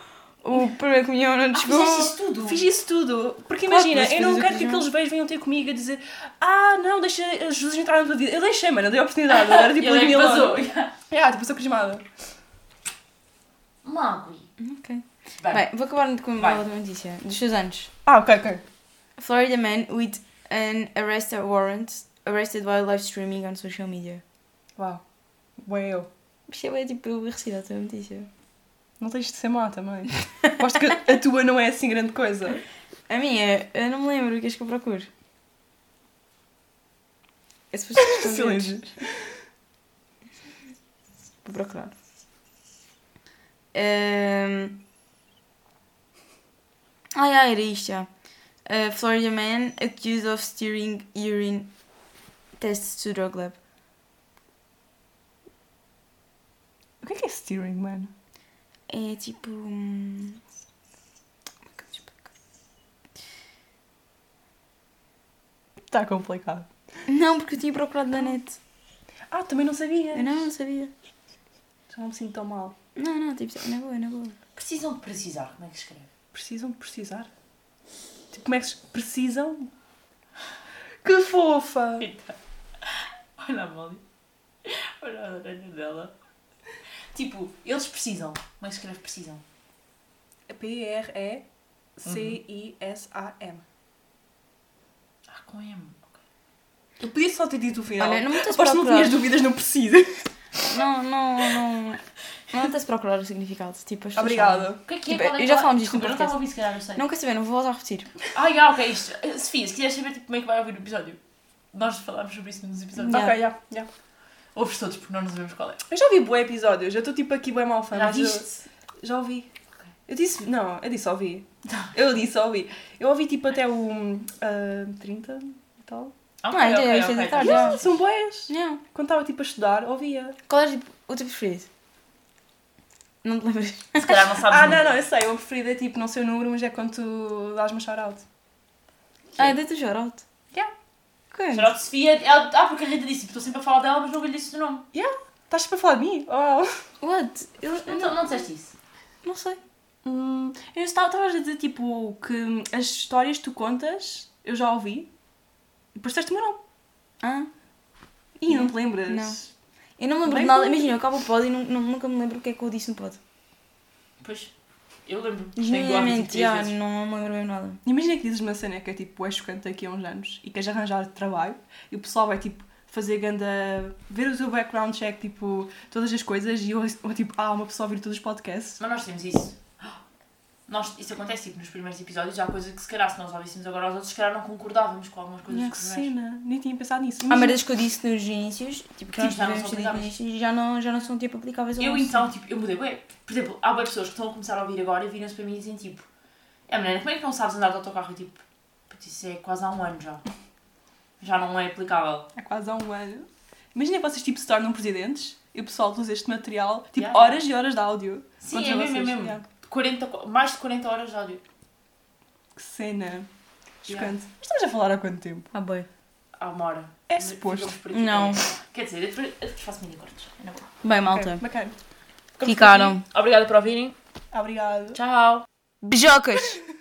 Speaker 1: o primeiro comunhão não
Speaker 2: Ah,
Speaker 1: te chegou.
Speaker 2: fizeste isso tudo?
Speaker 3: Hum.
Speaker 1: tipo
Speaker 3: Fiz isso tudo. Porque
Speaker 1: Claro,
Speaker 3: imagina,
Speaker 1: mas
Speaker 3: eu não
Speaker 1: fizes o que
Speaker 3: quero que
Speaker 1: quiseres.
Speaker 3: aqueles beijos venham ter comigo a dizer Ah, não, deixa Jesus entrar na tua vida. Eu deixei, mano, eu dei a oportunidade. Eu <laughs> era tipo
Speaker 2: E ele é que
Speaker 3: Ludmilla.
Speaker 2: vazou.
Speaker 3: Yeah, tipo, eu sou crismada.
Speaker 2: Magui.
Speaker 1: Ok.
Speaker 2: Bem,
Speaker 1: Bem, vou acabar com uma
Speaker 2: Vai.
Speaker 1: outra notícia. Dos seus anos.
Speaker 3: Ah, ok, ok.
Speaker 1: Florida man with an arrest warrant arrested while live streaming on social media.
Speaker 3: Uau. Bom, é eu.
Speaker 1: Isto é bué, tipo, eu recida a tua notícia.
Speaker 3: Não tens de ser má <laughs> também. Aposto que a tua não é assim grande coisa.
Speaker 1: A minha, eu não me lembro o que és que eu procuro. É suposto que estão
Speaker 3: Silêncio.
Speaker 1: dentro. Vou procurar. Ahm. Ah, já, era isto já. Uh, Florida man accused of steering urine tests to drug lab.
Speaker 3: O que é que é steering, mano?
Speaker 1: É tipo. hum, como é que eu te explico?
Speaker 3: Está Tá complicado.
Speaker 1: Não, porque eu tinha procurado na net.
Speaker 3: Ah, também não sabia.
Speaker 1: Eu não, não sabia.
Speaker 3: Já não me sinto tão mal.
Speaker 1: Não, não, tipo, na boa, na boa.
Speaker 2: precisam de precisar. Como é que se escreve?
Speaker 3: Precisam de precisar. Tipo, como é que se precisam? Que fofa!
Speaker 2: Olha a Molly. Olha a orelha dela. Tipo, eles precisam. Como é que escreve precisam?
Speaker 3: P-R-E-C-I-S-A-M.
Speaker 2: Ah, com M. ok.
Speaker 3: Eu podia só ter dito o final.
Speaker 1: Olha, não me tens
Speaker 3: Aposto que não
Speaker 1: procurar.
Speaker 3: tinhas dúvidas, não precisa.
Speaker 1: Não, não, não. Não tens de procurar o significado. Tipo, as pessoas
Speaker 3: Obrigada.
Speaker 2: O que é que é?
Speaker 1: Tipo,
Speaker 2: Qual é
Speaker 1: eu
Speaker 2: que
Speaker 1: já
Speaker 2: ela-
Speaker 1: falámos disto no
Speaker 2: Desculpa, eu não estava a ouvir, se calhar, não sei.
Speaker 1: sabem. Não quer saber, não vou voltar a repetir.
Speaker 2: Ah, já, ok. Isto. Sofia, se quiseres saber tipo, como é que vai ouvir o episódio, nós falámos sobre isso nos episódios.
Speaker 1: Yeah.
Speaker 3: Ok, já, já.
Speaker 2: Ouves todos, porque nós não sabemos qual é.
Speaker 3: Eu já vi bué episódios, eu estou tipo aqui bué mal fã.
Speaker 2: Já
Speaker 3: mas eu-
Speaker 2: viste?
Speaker 3: Já ouvi. Eu disse, não, eu disse ouvi. <laughs> Eu disse ouvi. Eu ouvi tipo até o ah, 30 e tal.
Speaker 2: Ah,
Speaker 1: Não, ainda é isto, ainda está, já.
Speaker 3: Ah, são boés.
Speaker 1: Não.
Speaker 3: Quando estava tipo a estudar, ouvia.
Speaker 1: Qual era tipo, o teu preferido? Não te lembras?
Speaker 2: Se calhar não sabes.
Speaker 3: Ah, não, não, eu sei. O meu preferido é tipo, não sei o número, mas é quando tu dás-me um shout-out.
Speaker 1: Ah, eu dei-te o Jorote.
Speaker 3: Yeah.
Speaker 1: Quando?
Speaker 2: Geraldo Sofia. ela- Ah, porque a Rita disse, estou sempre a falar dela, mas nunca lhe disse o nome.
Speaker 3: Estás sempre a falar de mim? Oh.
Speaker 1: What? Eu eu
Speaker 2: Então, não disseste isso.
Speaker 1: não sei.
Speaker 3: Hum, eu estava estava a dizer tipo que as histórias que tu contas, eu já ouvi. E depois disseste o meu nome.
Speaker 1: Ah,
Speaker 3: E não te lembras?
Speaker 1: Não. eu não me lembro
Speaker 3: Bem
Speaker 1: de nada.
Speaker 3: como-
Speaker 1: Imagina, eu acabo o pod e nu- nu- nunca me lembro o que é que eu disse no pod.
Speaker 2: Pois, eu lembro. tipo,
Speaker 1: Genuinamente, já, não me lembro mesmo nada.
Speaker 3: Imagina que dizes uma cena que é tipo, é chocante daqui a uns anos e queres arranjar trabalho e o pessoal vai tipo fazer ganda. ver o teu background check, tipo, todas as coisas e eu, eu, tipo, ah, uma pessoa a ouvir todos os podcasts.
Speaker 2: Mas nós temos isso. Nós, isso acontece tipo, nos primeiros episódios, há coisa que se calhar se nós ouvíssemos agora aos outros, se calhar não concordávamos com algumas coisas
Speaker 3: Olha
Speaker 2: é que
Speaker 3: é que Ah,
Speaker 2: primeiros.
Speaker 3: cena, nem tinha pensado nisso.
Speaker 1: Há
Speaker 3: Imagina-
Speaker 1: merdas que eu disse nos inícios, tipo, que nós
Speaker 2: Tipo, já não
Speaker 1: tivemos
Speaker 2: são
Speaker 1: dito nos
Speaker 2: aplicáveis.
Speaker 1: inícios, já não, já não são tipo aplicáveis ao
Speaker 2: Eu
Speaker 1: nosso.
Speaker 2: então, tipo, eu mudei bué. Por exemplo, há bué pessoas que estão a começar a ouvir agora e viram-se para mim e dizem tipo, é menina, como é que não sabes andar de autocarro? E tipo, "Puto, isso é quase há um ano já. Já não é aplicável.
Speaker 3: Há quase há um ano. Imagina que vocês tipo se tornam presidentes e o pessoal usa este material, tipo,
Speaker 2: Yeah.
Speaker 3: horas e horas de áudio.
Speaker 2: Sim,
Speaker 3: Contra
Speaker 2: é mesmo, é
Speaker 3: vocês.
Speaker 2: mesmo.
Speaker 3: Yeah.
Speaker 2: 40, co- mais de 40 horas de áudio.
Speaker 3: Que cena. Chocante.
Speaker 2: Yeah.
Speaker 3: Mas Estamos a falar há quanto tempo?
Speaker 1: Ah, bem.
Speaker 2: Há uma hora.
Speaker 3: É
Speaker 2: Mas
Speaker 3: suposto.
Speaker 2: ficamos por aqui.
Speaker 1: Não.
Speaker 2: Quer dizer, eu depois, eu depois faço mini cortes. É na boa.
Speaker 1: Bem, malta.
Speaker 3: Ok, bacana.
Speaker 2: Ficamos por
Speaker 1: Ficaram.
Speaker 2: aqui. Obrigada por ouvirem.
Speaker 3: Obrigado.
Speaker 2: Tchau.
Speaker 1: Beijocas!